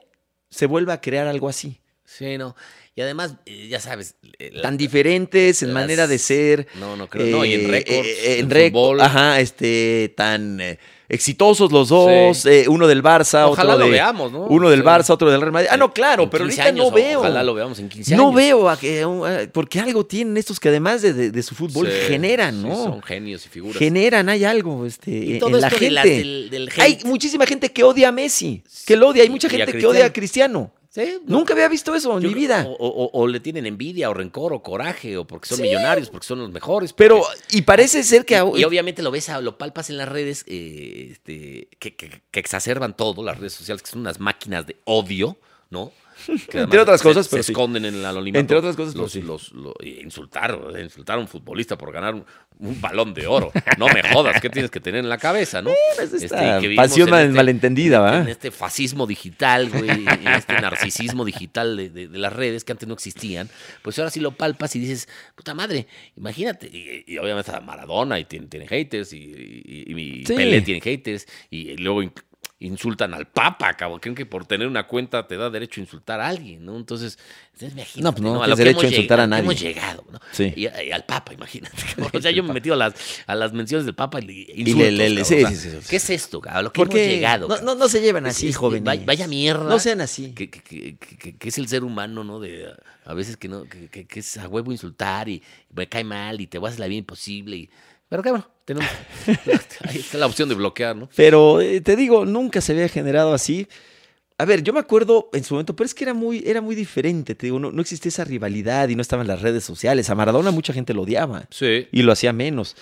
se vuelva a crear algo así. Sí, no. Y además, eh, ya sabes. eh, la- Tan diferentes en las- manera de ser. No, no creo. no, y en eh, récords. eh, en récord. récord. Ajá, este, tan eh, exitosos los dos, eh, uno del Barça, Ojalá otro lo de veamos, ¿no? uno del Oh, Sí. Barça, otro del Real Madrid. Ah, no, claro, En pero 15 ahorita años, no veo. Ojalá lo veamos en 15 años. No veo a que, a- porque algo tienen estos que además de, de- de su fútbol Sí, generan, sí, ¿no? son genios y figuras. generan, hay algo este, en- todo en la esto de gente. la- del- del hate. Hay muchísima gente que odia a Messi, que lo odia. Hay mucha Y a gente que Cristiano. odia a Cristiano. Sí, no, Nunca había visto eso en yo mi creo- vida. O, o- o le tienen envidia, o rencor, o coraje, o porque son millonarios, porque son los mejores. Pero, porque- y parece ser que... ahora- y, y obviamente lo ves, a- lo palpas en las redes, eh, este, que, que- que exacerban todo, las redes sociales, que son unas máquinas de odio, ¿no? Que además otras se- cosas, se, pero sí. esconden en el anonimato. Entre otras cosas, pero los, sí. los- lo- eh, insultaron, o sea, insultar a un futbolista por ganar un, un balón de oro. No me jodas, ¿qué tienes que tener en la cabeza, no? Pues Este, esta y que vivimos pasión en mal- este- malentendida, ¿va? en este fascismo digital, güey, en este narcisismo digital de, de- de las redes que antes no existían, pues ahora sí lo palpas y dices, puta madre, imagínate. Y, y obviamente a Maradona y tiene, tiene haters, y, y, y Sí. Pelé tiene haters, y, luego in- insultan al Papa, cabrón. Creen que por tener una cuenta te da derecho a insultar a alguien, ¿no? Entonces, entonces imagínate. No, pues no, A tienes lo que derecho a hemos lleg- insultar a lo que nadie. Hemos llegado, ¿no? Sí. Y, y al Papa, imagínate. cabrón. O sea, yo me he metido a las, a las menciones del Papa y le insultos, le- le- le- cabrón. sí, O sea, sí, sí, sí, sí. ¿Qué es esto, cabrón? A Lo que ¿Por hemos qué? llegado. No, no, no se lleven así, Este, jóvenes. vaya, vaya mierda. No sean así. Que, que- que- que- que es el ser humano, ¿no? De, a veces que no, que, que- que es a huevo insultar y me cae mal y te vas a hacer la vida imposible. Y, pero qué bueno, tenemos. ahí está la opción de bloquear, ¿no? Pero eh, te digo, nunca se había generado así. A ver, yo me acuerdo en su momento, pero es que era muy, era muy diferente, te digo, no, no existía esa rivalidad y no estaban las redes sociales. A Maradona mucha gente lo odiaba Sí. y lo hacía menos.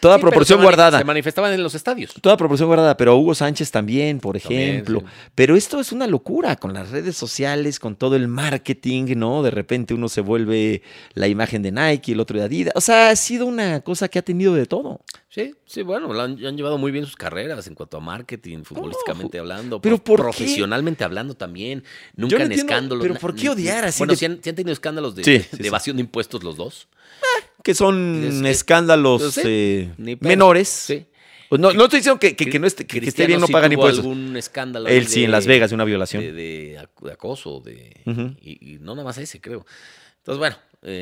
Toda proporción guardada. Se manifestaban en los estadios. Toda proporción guardada, pero a Hugo Sánchez también, por También, ejemplo. sí. Pero esto es una locura con las redes sociales, con todo el marketing, ¿no? De repente uno se vuelve la imagen de Nike, el otro de Adidas. O sea, ha sido una cosa que ha tenido de todo. Sí, sí, bueno, la han, han llevado muy bien sus carreras en cuanto a marketing, futbolísticamente hablando, ¿Pero pro- por qué? profesionalmente hablando también. Nunca Yo no en entiendo, escándalos. ¿pero na- por qué odiar así Bueno, de- sí han, sí han tenido escándalos de, Sí, de sí, sí. evasión de impuestos los dos. Que son Es que- escándalos Sí, eh, ni pedo. menores. Sí. Pues No, no estoy diciendo que, que- que no esté, que- que esté Cristiano bien, no sí pagan tuvo impuestos. algún escándalo Él ahí sí, de- en Las Vegas, de una violación. De, de ac- de acoso, de, Ujú. y, y no nada más ese, creo. Entonces, bueno,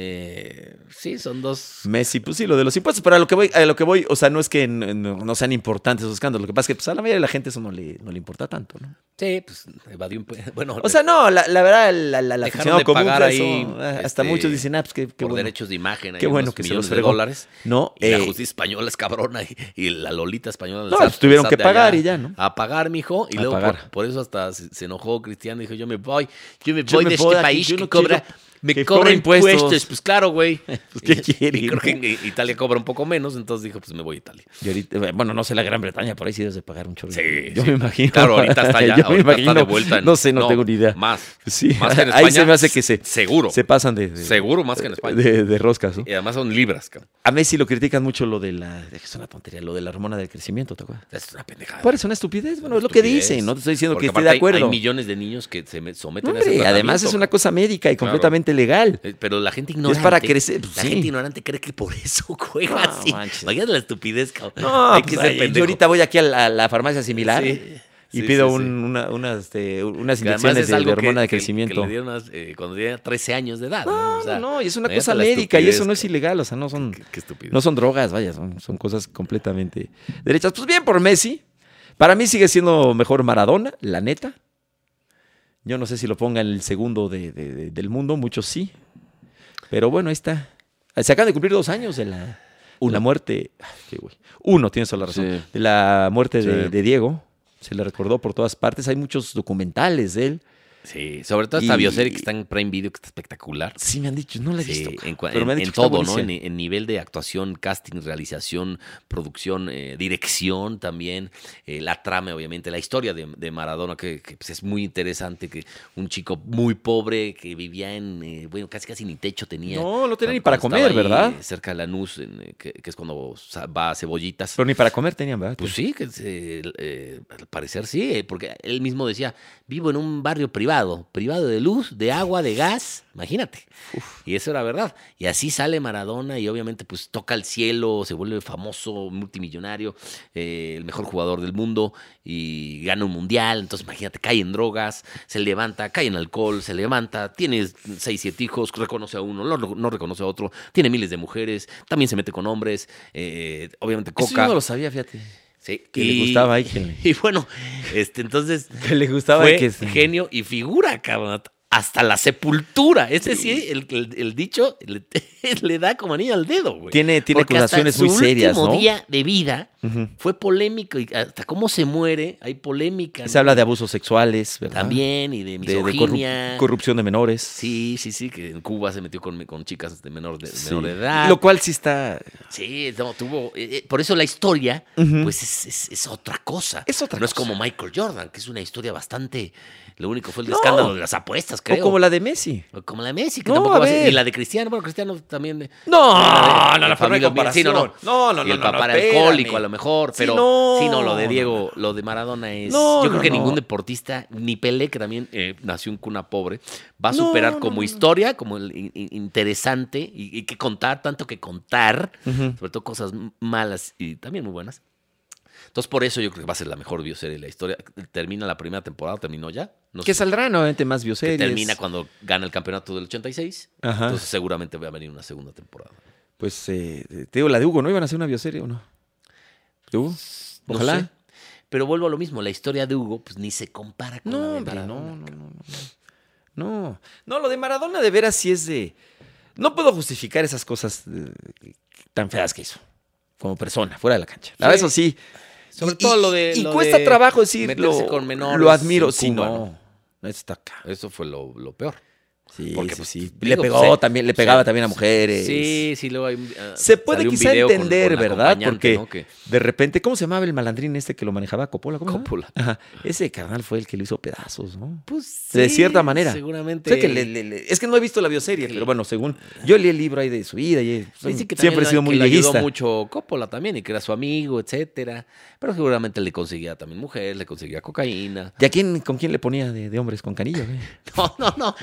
eh, sí, son dos. Messi, pues sí, lo de los impuestos, pero a lo que voy, a lo que voy o sea, no es que n- no, no sean importantes esos escándalos. Lo que pasa es que pues, a la mayoría de la gente eso no le, no le importa tanto, ¿no? Sí, pues evadió impuestos. Bueno, O sea, no, la, la verdad, la, la, la Dejaron aficionado de común, pagar eso, ahí, ah, hasta este, muchos dicen, ah, pues qué, qué por bueno. derechos de imagen, hay Qué bueno unos que se millones los de fregó. dólares. No, Y la eh, justicia española es cabrona y, y la Lolita española. No, pues tuvieron que pagar y ya, ¿no? A pagar, mijo. Y A luego pagar. por, por eso hasta se, se enojó Cristiano. Dijo: Yo me voy, yo me Yo voy me de voy de este aquí, país yo que no cobra. quiero Me que cobra cobren impuestos. impuestos. Pues claro, güey. ¿qué quiere, Y creo no? que en Italia cobra un poco menos. Entonces dijo: Pues me voy a Italia. Y ahorita, eh, bueno, no sé, la Gran Bretaña por ahí sí debes de pagar un chorro. Sí, yo sí. me imagino. Claro, ahorita está ya. yo me ahorita está imagino. de vuelta. en- no sé, no, tengo ni idea. Más. Pues Sí, Más que en ahí España, se me hace que se, Seguro. se pasan de, de- Seguro más que en España. de, de roscas. ¿no? Y además son libras, cabrón. A Messi lo critican mucho lo de la, es una tontería, lo de la hormona del crecimiento, ¿te acuerdas? Es una pendejada. Parece una estupidez, bueno, es lo que Estupidez. dicen, Ah, no te estoy diciendo Porque que esté aparte de hay- Hay, acuerdo. millones de niños que se me- someten No, a ese hombre, además tratamiento, es una cosa médica y Claro. completamente legal. Eh, Pero la gente ignorante. para crecer, pues, la sí. gente ignorante cree que por eso juega No, así. manches. Imagínate la estupidez, cabrón. No, Hay pues, que ser ay, pendejo. yo ahorita voy aquí a la, la farmacia similar Sí, y sí, pido sí, un- sí. una- una, este, unas Que además inyecciones es de, algo de hormona de que- que- crecimiento. Que, le dieron a- eh, cuando tenía 13 años de edad. no, ¿no? O sea, no, no, y es una imagínate cosa la médica y estupidez, eso no es cabrón. ilegal, o sea, no son, Qué, qué estupidez. no son drogas, vaya, son, son cosas completamente derechas. Pues bien por Messi. Para mí sigue siendo mejor Maradona, la neta. Yo no sé si lo ponga en el segundo de- de- de- del mundo, muchos sí. Pero bueno, ahí está. Se acaban de cumplir dos años de la, la muerte. Ay, qué güey. Uno, tienes toda la razón. Sí. De la muerte de, Sí. de Diego. Se le recordó por todas partes. Hay muchos documentales de él. Sí, sobre todo esta Y- bioserie que está en Prime Video, que está espectacular. Sí, me han dicho, no la he Sí, visto. en, cua- pero en- me han en dicho que está todo, ¿no? En, buenísima. en nivel de actuación, casting, realización, producción, eh, dirección también, eh, la trama, obviamente, la historia de, de Maradona, que, que, pues, es muy interesante, que un chico muy pobre que vivía en, eh, bueno, casi casi ni techo tenía. No, no tenía ni Cuando para estaba comer, ahí, ¿verdad? eh, Cerca de Lanús, en, eh, que, que es cuando sa- va a Cebollitas. Pero ni para comer tenían, ¿verdad? Pues sí, que se- eh, al parecer sí, eh, porque él mismo decía, vivo en un barrio privado, privado de luz, de agua, de gas, imagínate. Y eso era verdad. Y así sale Maradona y obviamente pues toca el cielo, se vuelve famoso, multimillonario, eh, el mejor jugador del mundo y gana un mundial. Entonces imagínate, cae en drogas, se levanta, cae en alcohol, se levanta, tiene seis, siete hijos, reconoce a uno, no, no reconoce a otro, tiene miles de mujeres, también se mete con hombres, eh, obviamente Eso coca. yo no lo sabía, fíjate. Sí, Que le gustaba y que le- Y bueno, este, entonces Que le gustaba eh, fue y que genio y figura, cabrón. Hasta la sepultura. Este sí, el, el- el dicho le, le da como anillo al dedo, güey. Tiene- tiene Porque hasta acusaciones muy su serias, último ¿no? día de vida Ujú. fue polémico. Y hasta cómo se muere, hay polémica. Se ¿no? habla de abusos sexuales, ¿verdad? También y de ah, De, de corrup- misoginia. corrupción de menores. sí, sí, sí, que en Cuba se metió con, con chicas de menor de, Sí. menor de edad. Lo cual sí está. Sí, no, tuvo. eh, eh, por eso la historia, Ujú. pues es, es- es otra cosa. Es otra No es cosa. como Michael Jordan, que es una historia bastante. Lo único fue el escándalo de las apuestas, creo. O como la de Messi. O como la de Messi, que No, tampoco a va a ser- ver. Y la de Cristiano, bueno, Cristiano también. eh, No, Ah, no, de la forma de familia humilde. Sí, comparación. No, no, y el no, no, papá no, era alcohólico, espérame. a lo mejor. Sí, Pero sí, no, no, lo de no, Diego, lo de Maradona es. No, yo creo no, que no. ningún deportista, ni Pelé, que también eh, nació en cuna pobre, va a No, superar no, como no, no. historia, como el in- in- interesante y, y que contar, tanto que contar, Ujú. sobre todo cosas m- malas y también muy buenas. Entonces, por eso yo creo que va a ser la mejor bioserie de la historia. Termina la primera temporada, terminó ya. No Que sé, saldrán obviamente más que bioseries. termina cuando gana el campeonato del 86. Ajá. Entonces, seguramente va a venir una segunda temporada. Pues eh, te digo, la de Hugo, ¿no? ¿Iban a hacer una bioserie o no? ¿De Hugo? No Ojalá. sé. Pero vuelvo a lo mismo, la historia de Hugo pues ni se compara con la No, de hombre, no, Maradona. no, no, no. No, No, No, lo de Maradona de veras sí es de... No puedo justificar esas cosas eh, tan feas que hizo. Como persona, fuera de la cancha. La Sí. verdad, Eso sí. Sobre Y- todo y- lo de- Y lo cuesta de trabajo decir, meterse lo, con menores lo admiro. en Sí, Cuba, no. no. Eso está acá. Eso fue lo, lo peor. Sí, Porque, sí, pues, sí. digo, Le pegó pues, eh, también, le o sea, pegaba también a mujeres. Sí, sí, luego hay, ah, Se puede salió un quizá video con- entender, con la ¿verdad? Porque acompañante, ¿no? Que- de repente, ¿cómo se llamaba el malandrín este que lo manejaba? Coppola. ¿cómo se llama? Coppola. Ajá. Ese carnal fue el que lo hizo pedazos, ¿no? pues, De sí, cierta manera. Seguramente. Sé que le- le- le- es que no he visto la bioserie, pero bueno, según yo leí el libro ahí de su vida y eh, soy- Dice que siempre he también sido que muy le ayudó liguista. mucho Coppola también y que era su amigo, etcétera. Pero seguramente le conseguía también mujer, le conseguía cocaína. ¿Y a quién, con quién le ponía de, de hombres con canillo? güey? No, no, no.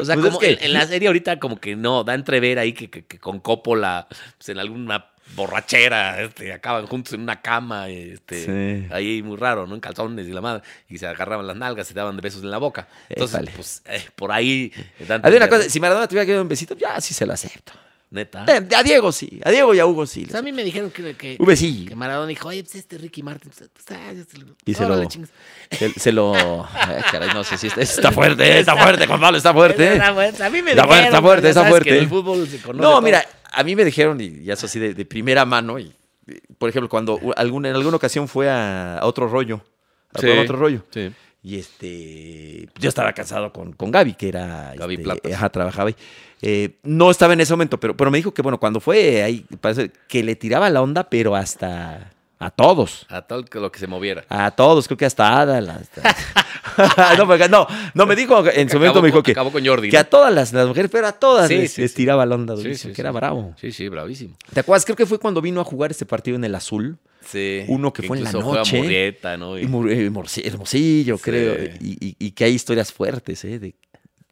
O sea, Pues es como que- en, en la serie ahorita como que no, da entrever ahí que, que- que con Coppola, pues en alguna borrachera, este, acaban juntos en una cama, este, Sí. ahí muy raro, ¿no? En calzones y la madre, y se agarraban las nalgas, se daban de besos en la boca. Entonces, Épale. pues, eh, por ahí da a Había una entender, cosa, si Maradona te hubiera quedado un besito, ya sí se lo acepto. Neta. Eh, a Diego sí, a Diego y a Hugo sí. O sea, a mí me dijeron que, que, Hugo sí. que Maradona dijo, oye, pues este Ricky Martin, pues, pues, ah, este- Y se órale, lo- chingas". Se, se lo... Ay, caray, no sé si está, está fuerte, eh, está fuerte, Juan Pablo, está fuerte. eh. Está fuerte, A mí me Está fuerte, dijeron, está fuerte, ya está sabes que en fuerte. el fútbol se conoce No, todo. mira, a mí me dijeron, y ya es así de, de primera mano, y, y, por ejemplo, cuando u- algún- en alguna ocasión fue a, a otro rollo, a Sí, probar otro rollo, sí. y este, yo estaba casado con, con Gaby, que era... Gaby este, Platas. Ajá, trabajaba ahí. Eh, no estaba en ese momento, pero, pero me dijo que, bueno, cuando fue ahí, parece que le tiraba la onda, pero hasta a todos. A tal que lo que se moviera. A todos, creo que hasta a Adal. hasta- no, porque- no, no, me dijo, en su momento Acabó me dijo con- que, Acabó con Jordi. que ¿no? a todas las, las mujeres, pero a todas Sí, les, sí, les sí. tiraba la onda Sí, durísimo, sí, que era sí. bravo. Sí, sí, bravísimo. ¿Te acuerdas? Creo que fue cuando vino a jugar ese partido en el azul. Sí. Uno que fue en la incluso fue a noche. Murrieta, ¿no? Y- Y Mur- eh, Morci- Hermosillo, Sí. creo. Y, y- y que hay historias fuertes, ¿eh? De,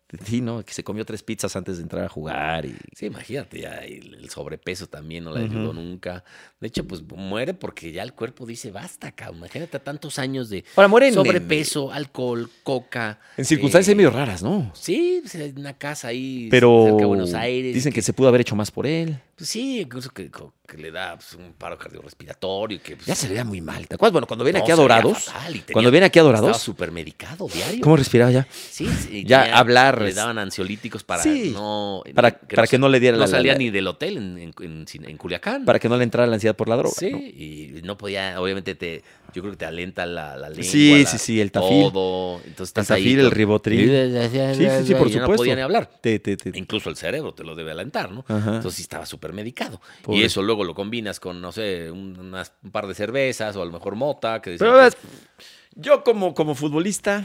de- sí, ¿no? Que se comió tres pizzas antes de entrar a jugar. Y, Sí, imagínate, ya el el sobrepeso también no le ayudó nunca. De hecho, pues muere porque ya el cuerpo dice basta, cabrón. Imagínate tantos años de Ahora muere en, sobrepeso, alcohol, coca. en circunstancias eh, medio raras, ¿no? Sí, pues, en una casa ahí Pero cerca de Buenos Aires. dicen que se pudo haber hecho más por él. Pues, sí, incluso que, co- que le da pues, un paro cardiorrespiratorio. Que, pues, Ya se veía muy mal. ¿Te acuerdas? Bueno, cuando viene no, aquí se veía adorados. fatal y tenía- cuando viene aquí Estaba adorados. súper medicado diario. ¿Cómo respiraba ya? Sí, sí, Ya hablar, Le es- daban ansiolíticos para Sí, no. para- para que no le diera No la- la- salía la- ni del hotel en, en- en- sin- en Culiacán. Para que no le entrara la ansiedad por la droga. Sí, ¿no? y no podía, obviamente te, yo creo que te alenta la, la lengua. Sí, la- sí, sí, el tafil. Todo. Entonces El estás ahí tafil, el con- ribotril. Sí, sí, sí, por y No supuesto. podía ni hablar. Te- te- te- Incluso el cerebro te lo debe alentar, ¿no? Ajá. Entonces sí estaba súper medicado. Y Ah. Pobre. eso luego lo combinas con, no sé, un, unas- un par de cervezas o a lo mejor mota. Que Pero decían ves, yo como, como futbolista,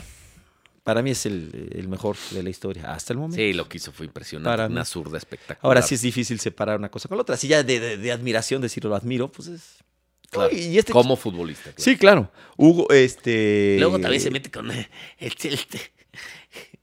para mí es el, el mejor de la historia hasta el que- momento. sí, lo que hizo fue impresionante. Para mí. una zurda espectacular. Ahora sí es difícil separar una cosa con la otra. Si ya de, de- de admiración decirlo lo admiro, pues es... Claro, Uy, y este- como futbolista. claro. Sí, claro. Hugo, este... Luego también se mete con eh, el, el-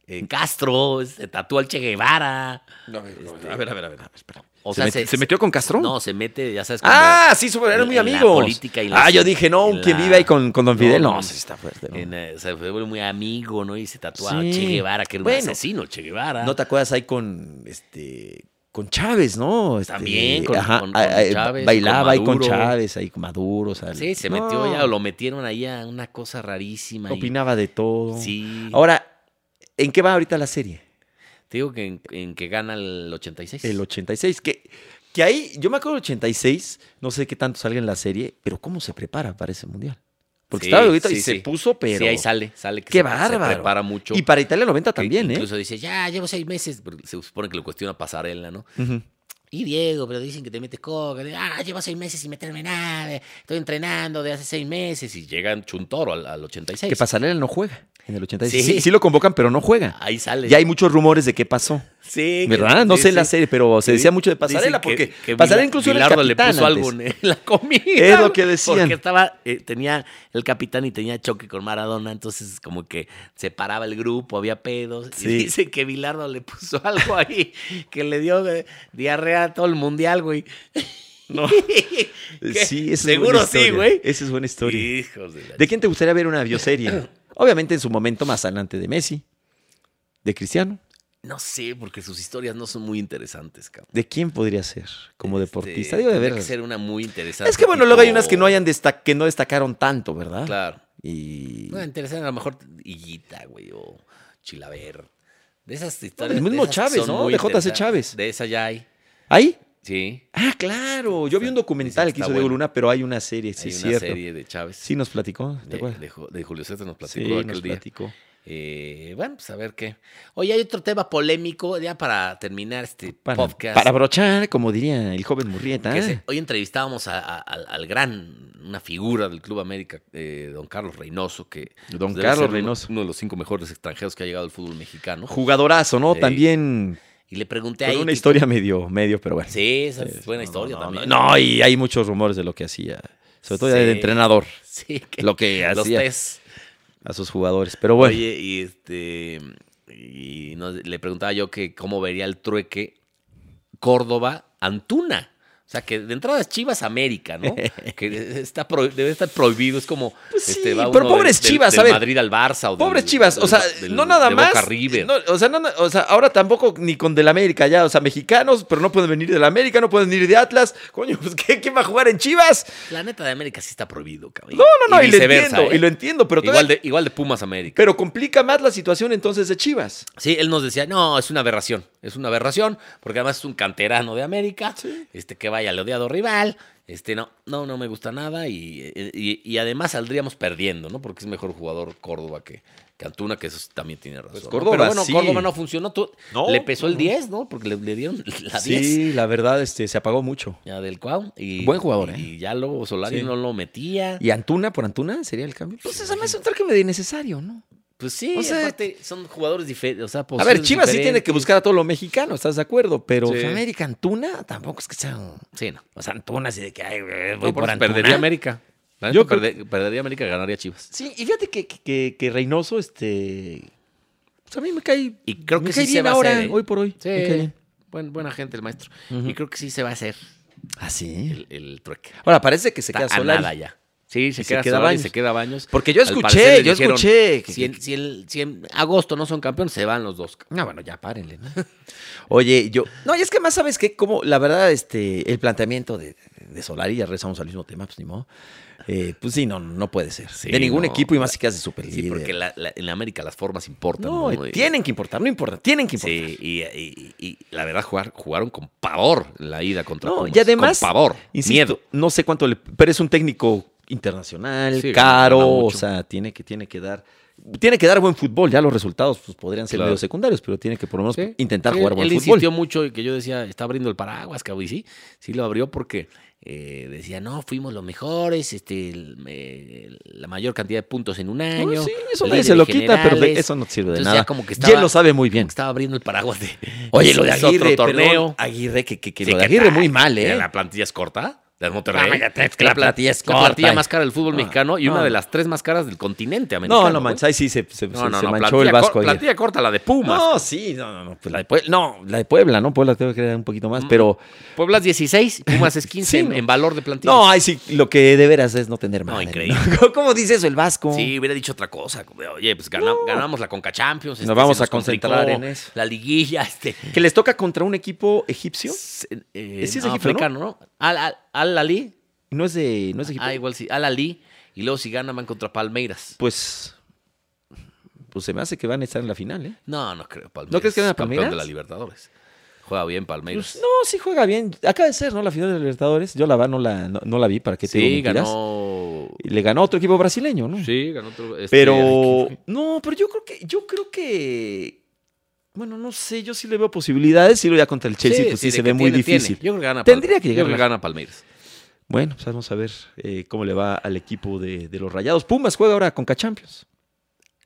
eh, Castro, se tatúa al Che Guevara. A ver, a ver, a ver. a ver, espera. O ¿Se, sea, mete- se- se metió con Castro? No, se mete, ya sabes. como- ah, sí, super, eran en- muy en la amigos. política y la- ah, yo dije, no, en que la- vive ahí con, con Don No, Fidel. no, No, no. sí está fuerte. ¿no? en, eh, se fue muy amigo, ¿no? Y se tatúa a Sí. Che Guevara, que era un Bueno. Ah. asesino, Che Guevara. ¿No te acuerdas ahí con este con Chávez, ¿no? Este, También con- con- con ah, ah, Chávez, Bailaba con ahí con Maduro. Chávez, ahí con Maduro. o sea, Sí, se no, metió ya, o lo metieron ahí a una cosa rarísima. y- Opinaba de todo. Sí. Ahora, ¿en qué va ahorita la serie? Te digo que en, en que gana el 86. El 86, que, que ahí, yo me acuerdo del 86, no sé qué tanto salga en la serie, pero ¿cómo se prepara para ese mundial? Porque Sí, estaba ahorita y sí, se sí. puso, pero... Sí, ahí sale, sale que ¡Qué se- bárbaro! se prepara mucho. y para Italia 90 también, ¿eh? Incluso dice, ya, llevo seis meses. porque Se supone que lo cuestiona pasarela, ¿no? Ujú. Y Diego, pero dicen que te metes coca. Ah, llevo seis meses sin meterme nada. Estoy entrenando de hace seis meses. Y llegan Chuntoro al, al 86. Que Pasarela no juega en el 86. Sí, Sí. Ah, sí lo convocan, pero no juega. Ahí sale. Y hay muchos rumores de qué pasó. Sí. ¿Verdad? No sí, sé sí. la serie, pero se Sí. decía mucho de Dicen Pasarela, que- porque que Pasarela Vila- incluso era el Bilardo capitán le puso antes. algo en la comida. Es lo que decían. Porque estaba, eh, tenía el capitán y tenía choque con Maradona, entonces como que separaba el grupo, había pedos. Sí. Y dice que Bilardo le puso algo ahí que le dio eh, diarrea a todo el mundial, güey. No. Sí, esa es buena Seguro sí, historia. güey. Esa es buena historia. Hijos de la ¿De quién te gustaría ver una bioserie? Obviamente en su momento más adelante de Messi, de Cristiano. No sé, porque sus historias no son muy interesantes, cabrón. ¿De quién podría ser como Este, deportista? Digo, de tendría ver. que ser una muy interesante. Es que bueno, luego hay unas que no tipo- hayan destac- que no destacaron tanto, ¿verdad? Claro. Y No, interesante, a lo mejor Higuita, güey, o Chilaver. De esas El historias. mismo de esas que Chávez, son ¿no? muy De J.C. interesantes. Chávez. De esa ya hay. ahí. Sí. Ah, claro. Yo vi un documental Dicen que que está hizo Diego bueno. Luna, pero hay una serie, sí, hay es una cierto. serie de Chávez. Sí nos platicó, ¿te de, acuerdas? de Ju- de Julio César nos platicó Sí, aquel nos día. platicó. Eh, bueno, pues a ver qué. Oye, hay otro tema polémico, ya para terminar este Para, podcast. para brochar, como diría el joven Murrieta. ¿eh? que se- hoy entrevistábamos a- a- al, al gran, una figura del Club América, eh, don Carlos Reynoso, que pues, Don debe Carlos ser uno- Reynoso. Uno, de los cinco mejores extranjeros que ha llegado al fútbol mexicano. Jugadorazo, ¿no? Sí. También Y le pregunté ahí con una que- historia medio, medio, pero bueno. Sí, esa Sí, es buena no, historia no, también. No, no, y hay muchos rumores de lo que hacía. Sobre todo ya de Sí. entrenador, Sí, que lo que los hacía test. a sus jugadores. Pero bueno, Oye, y este y no- le preguntaba yo que cómo vería el trueque Córdoba Antuna. O sea, que de entrada es Chivas América, ¿no? que está pro- debe estar prohibido, es como este, Pues sí, va pero uno pobres Chivas, del a ver. Madrid al Barça o del- pobres Chivas, o del- sea, del- no nada de más. Boca a River. no, o, sea, no, no, o sea, ahora tampoco ni con del América ya, o sea, mexicanos, pero no pueden venir del América, no pueden venir de Atlas. Coño, pues ¿qué, ¿quién va a jugar en Chivas? La neta de América sí está prohibido, cabrón. No, no, no, y, lo viceversa, entiendo, ¿eh? y lo entiendo, pero todavía- igual de igual de Pumas América. pero complica más la situación entonces de Chivas. Sí, él nos decía, no, es una aberración, es una aberración, porque además es un canterano de América, este que vaya al odiado rival, este no, no, no me gusta nada y, y- y además saldríamos perdiendo, ¿no? Porque es mejor jugador Córdoba que, que Antuna, que eso sí también tiene razón. ¿no? Córdoba, Pero bueno, sí. Córdoba no funcionó, tú- No, le pesó el 10, ¿no? Porque le, le dieron la 10. Sí, la verdad, este, se apagó mucho. Ya del Cuau. Y, Buen jugador, y, ¿eh? y ya luego Solari Sí. no lo metía. ¿Y Antuna por Antuna sería el cambio? Pues eso me hace un traje medio innecesario, ¿no? Pues sí, O sea, aparte, son jugadores diferentes. O A sea, ver, posiciones Chivas sí tiene diferentes. que buscar a todo lo mexicano, ¿estás de acuerdo? Pero Sí. o sea, América Antuna tampoco es que sea. un- Sí, no. O sea, Antuna así de que ay, güey, voy No, por por Antuna. perdería América. La Yo neta, creo- perde- perdería América, ganaría Chivas. Sí, y fíjate que, que- que, que Reynoso, este. Pues a mí me cae. Y creo me que cae sí se bien va a ahora, hacer, ¿eh? hoy por hoy. Sí. Me cae bien. Buen- buena gente el maestro. Y creo que sí se va a hacer Ah, sí. el, el trueque. Ahora parece que se queda Está a sola. nada ya. Sí, se Y se queda, queda Solari, Baños. se queda Baños. Porque yo Al escuché, parecer le yo dijeron, escuché que- si, en, si en- si en agosto no son campeones, se van los dos. cabrón". No, bueno, ya párenle, ¿no? Oye, yo. No, y es que más sabes que, como la verdad, este, el planteamiento de, de Solari, ya regresamos al mismo tema, pues ni modo. Eh, pues sí, no, no puede ser. Sí, de ningún no. equipo y más si quedas de super Sí, porque la- la- en América las formas importan. No, ¿no? Y- tienen que importar, no importa, tienen que importar. Sí, y, y- y- y la verdad jugar, jugaron con pavor la ida contra No, Pumas. y además, Con pavor, Insisto, miedo. No sé cuánto le. Pero es un técnico internacional, Sí, gana caro. O mucho. sea, tiene que, tiene que dar. Tiene que dar buen fútbol. Ya los resultados pues, podrían ser Claro. medio secundarios, pero tiene que por lo menos Sí, intentar sí, jugar buen él fútbol. insistió mucho y que yo decía, está abriendo el paraguas, cabrón. Y sí, sí lo abrió porque eh, decía, no, fuimos los mejores, este, el- eh, la mayor cantidad de puntos en un No, año. Ah, sí, eso nadie líderes se lo quita, pero de- generales". eso no sirve de Entonces, nada. ya como Y que estaba- él lo sabe muy bien. Estaba abriendo el paraguas de Oye, lo de es Aguirre, otro torneo. perdón, Aguirre, que, que, que Sí, lo de ¿qué Aguirre tal? muy mal, ¿eh? La plantilla es corta. La de Monterrey. La platilla es la corta. plantilla más cara del fútbol No, mexicano y no. una de las tres más caras del continente americano. No, no güey. manches, ahí sí se, se- No, se- no, se no, manchó plantilla el Vasco cor- ayer. Plantilla corta, la de Pumas. No, sí, no, no, no, pues la de Puebla, no, la de Puebla, ¿no? Puebla tengo que dar un poquito Mm, más, pero Puebla es 16, Pumas es 15 Sí, en, no. en valor de plantilla. no, ahí sí, lo que de veras es no tener No, madre, increíble. ¿no? ¿Cómo dice eso el Vasco? Sí, hubiera dicho otra cosa. como de, Oye, pues gana- ganamos la Conca Champions. este, Nos vamos se a concentrar complicó, en eso. La liguilla, este. Que les toca contra un equipo egipcio, Eh, Ese es no, egipcio, africano, ¿no? Al, al, al Ali. no es de, no es de Egipto. Ah, igual sí. Al Ali. Y luego si ganan van contra Palmeiras. Pues, pues se me hace que van a estar en la final, ¿eh? No, no creo. Palmeiras. ¿No crees que ganan campeón Palmeiras? de la Libertadores. Juega bien Palmeiras. Pues, no, sí juega bien. Acaba de ser, ¿no? La final de Libertadores. Yo la verdad no la, no, no la vi, ¿para qué te digo sí, mentiras? ganó. Y Le ganó otro equipo brasileño, ¿no? Sí, ganó otro. este, Pero no, pero yo creo que yo creo que bueno, no sé, yo sí le veo posibilidades, y lo ya contra el Chelsea, Sí, pues sí, sí, de se que ve muy tiene, tiene. difícil. Yo creo que gana Tendría Pal- que yo llegar creo la- gana Palmeiras. Bueno, pues vamos a ver eh, cómo le va al equipo de, de los Rayados. Pumas juega ahora con Cachampions.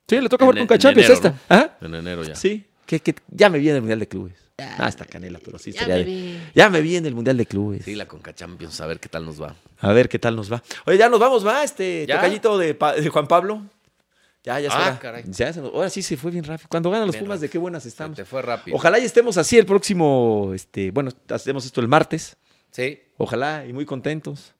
Sí, le toca En- jugar con en Cachampions enero, esta. Ajá. En enero ya. Sí, que, que ya me viene el Mundial de Clubes. Ah, está Canela, pero sí estaría de- Ya me viene el Mundial de Clubes. Sí, la Conca Champions, a ver qué tal nos va. A ver qué tal nos va. Oye, ya nos vamos, va, este ¿Ya? tocallito de, Pa- de Juan Pablo. Ya, ya Ah, está. caray. ahora sí se fue bien rápido. Cuando ganan los Bien Pumas, rápido. de qué buenas estamos. Se te fue rápido. Ojalá y estemos así el próximo, este, bueno, hacemos esto el martes. Sí. Ojalá y muy contentos.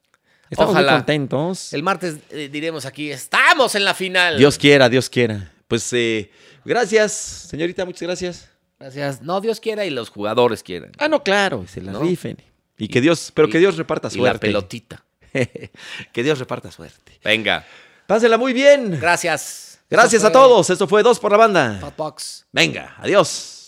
Estamos muy Ojalá. contentos. El martes eh, diremos aquí, estamos en la final. Dios quiera, Dios quiera. Pues eh, gracias, señorita, muchas gracias. Gracias. No, Dios quiera y los jugadores quieran. Ah, no, claro, se la No. rifen. Y que Dios, pero que y- Dios reparta Y la suerte. pelotita. que Dios reparta suerte. Venga. Pásenla muy bien. Gracias. Gracias a todos. Esto fue Dos por la Banda. Fatbox. Venga, adiós.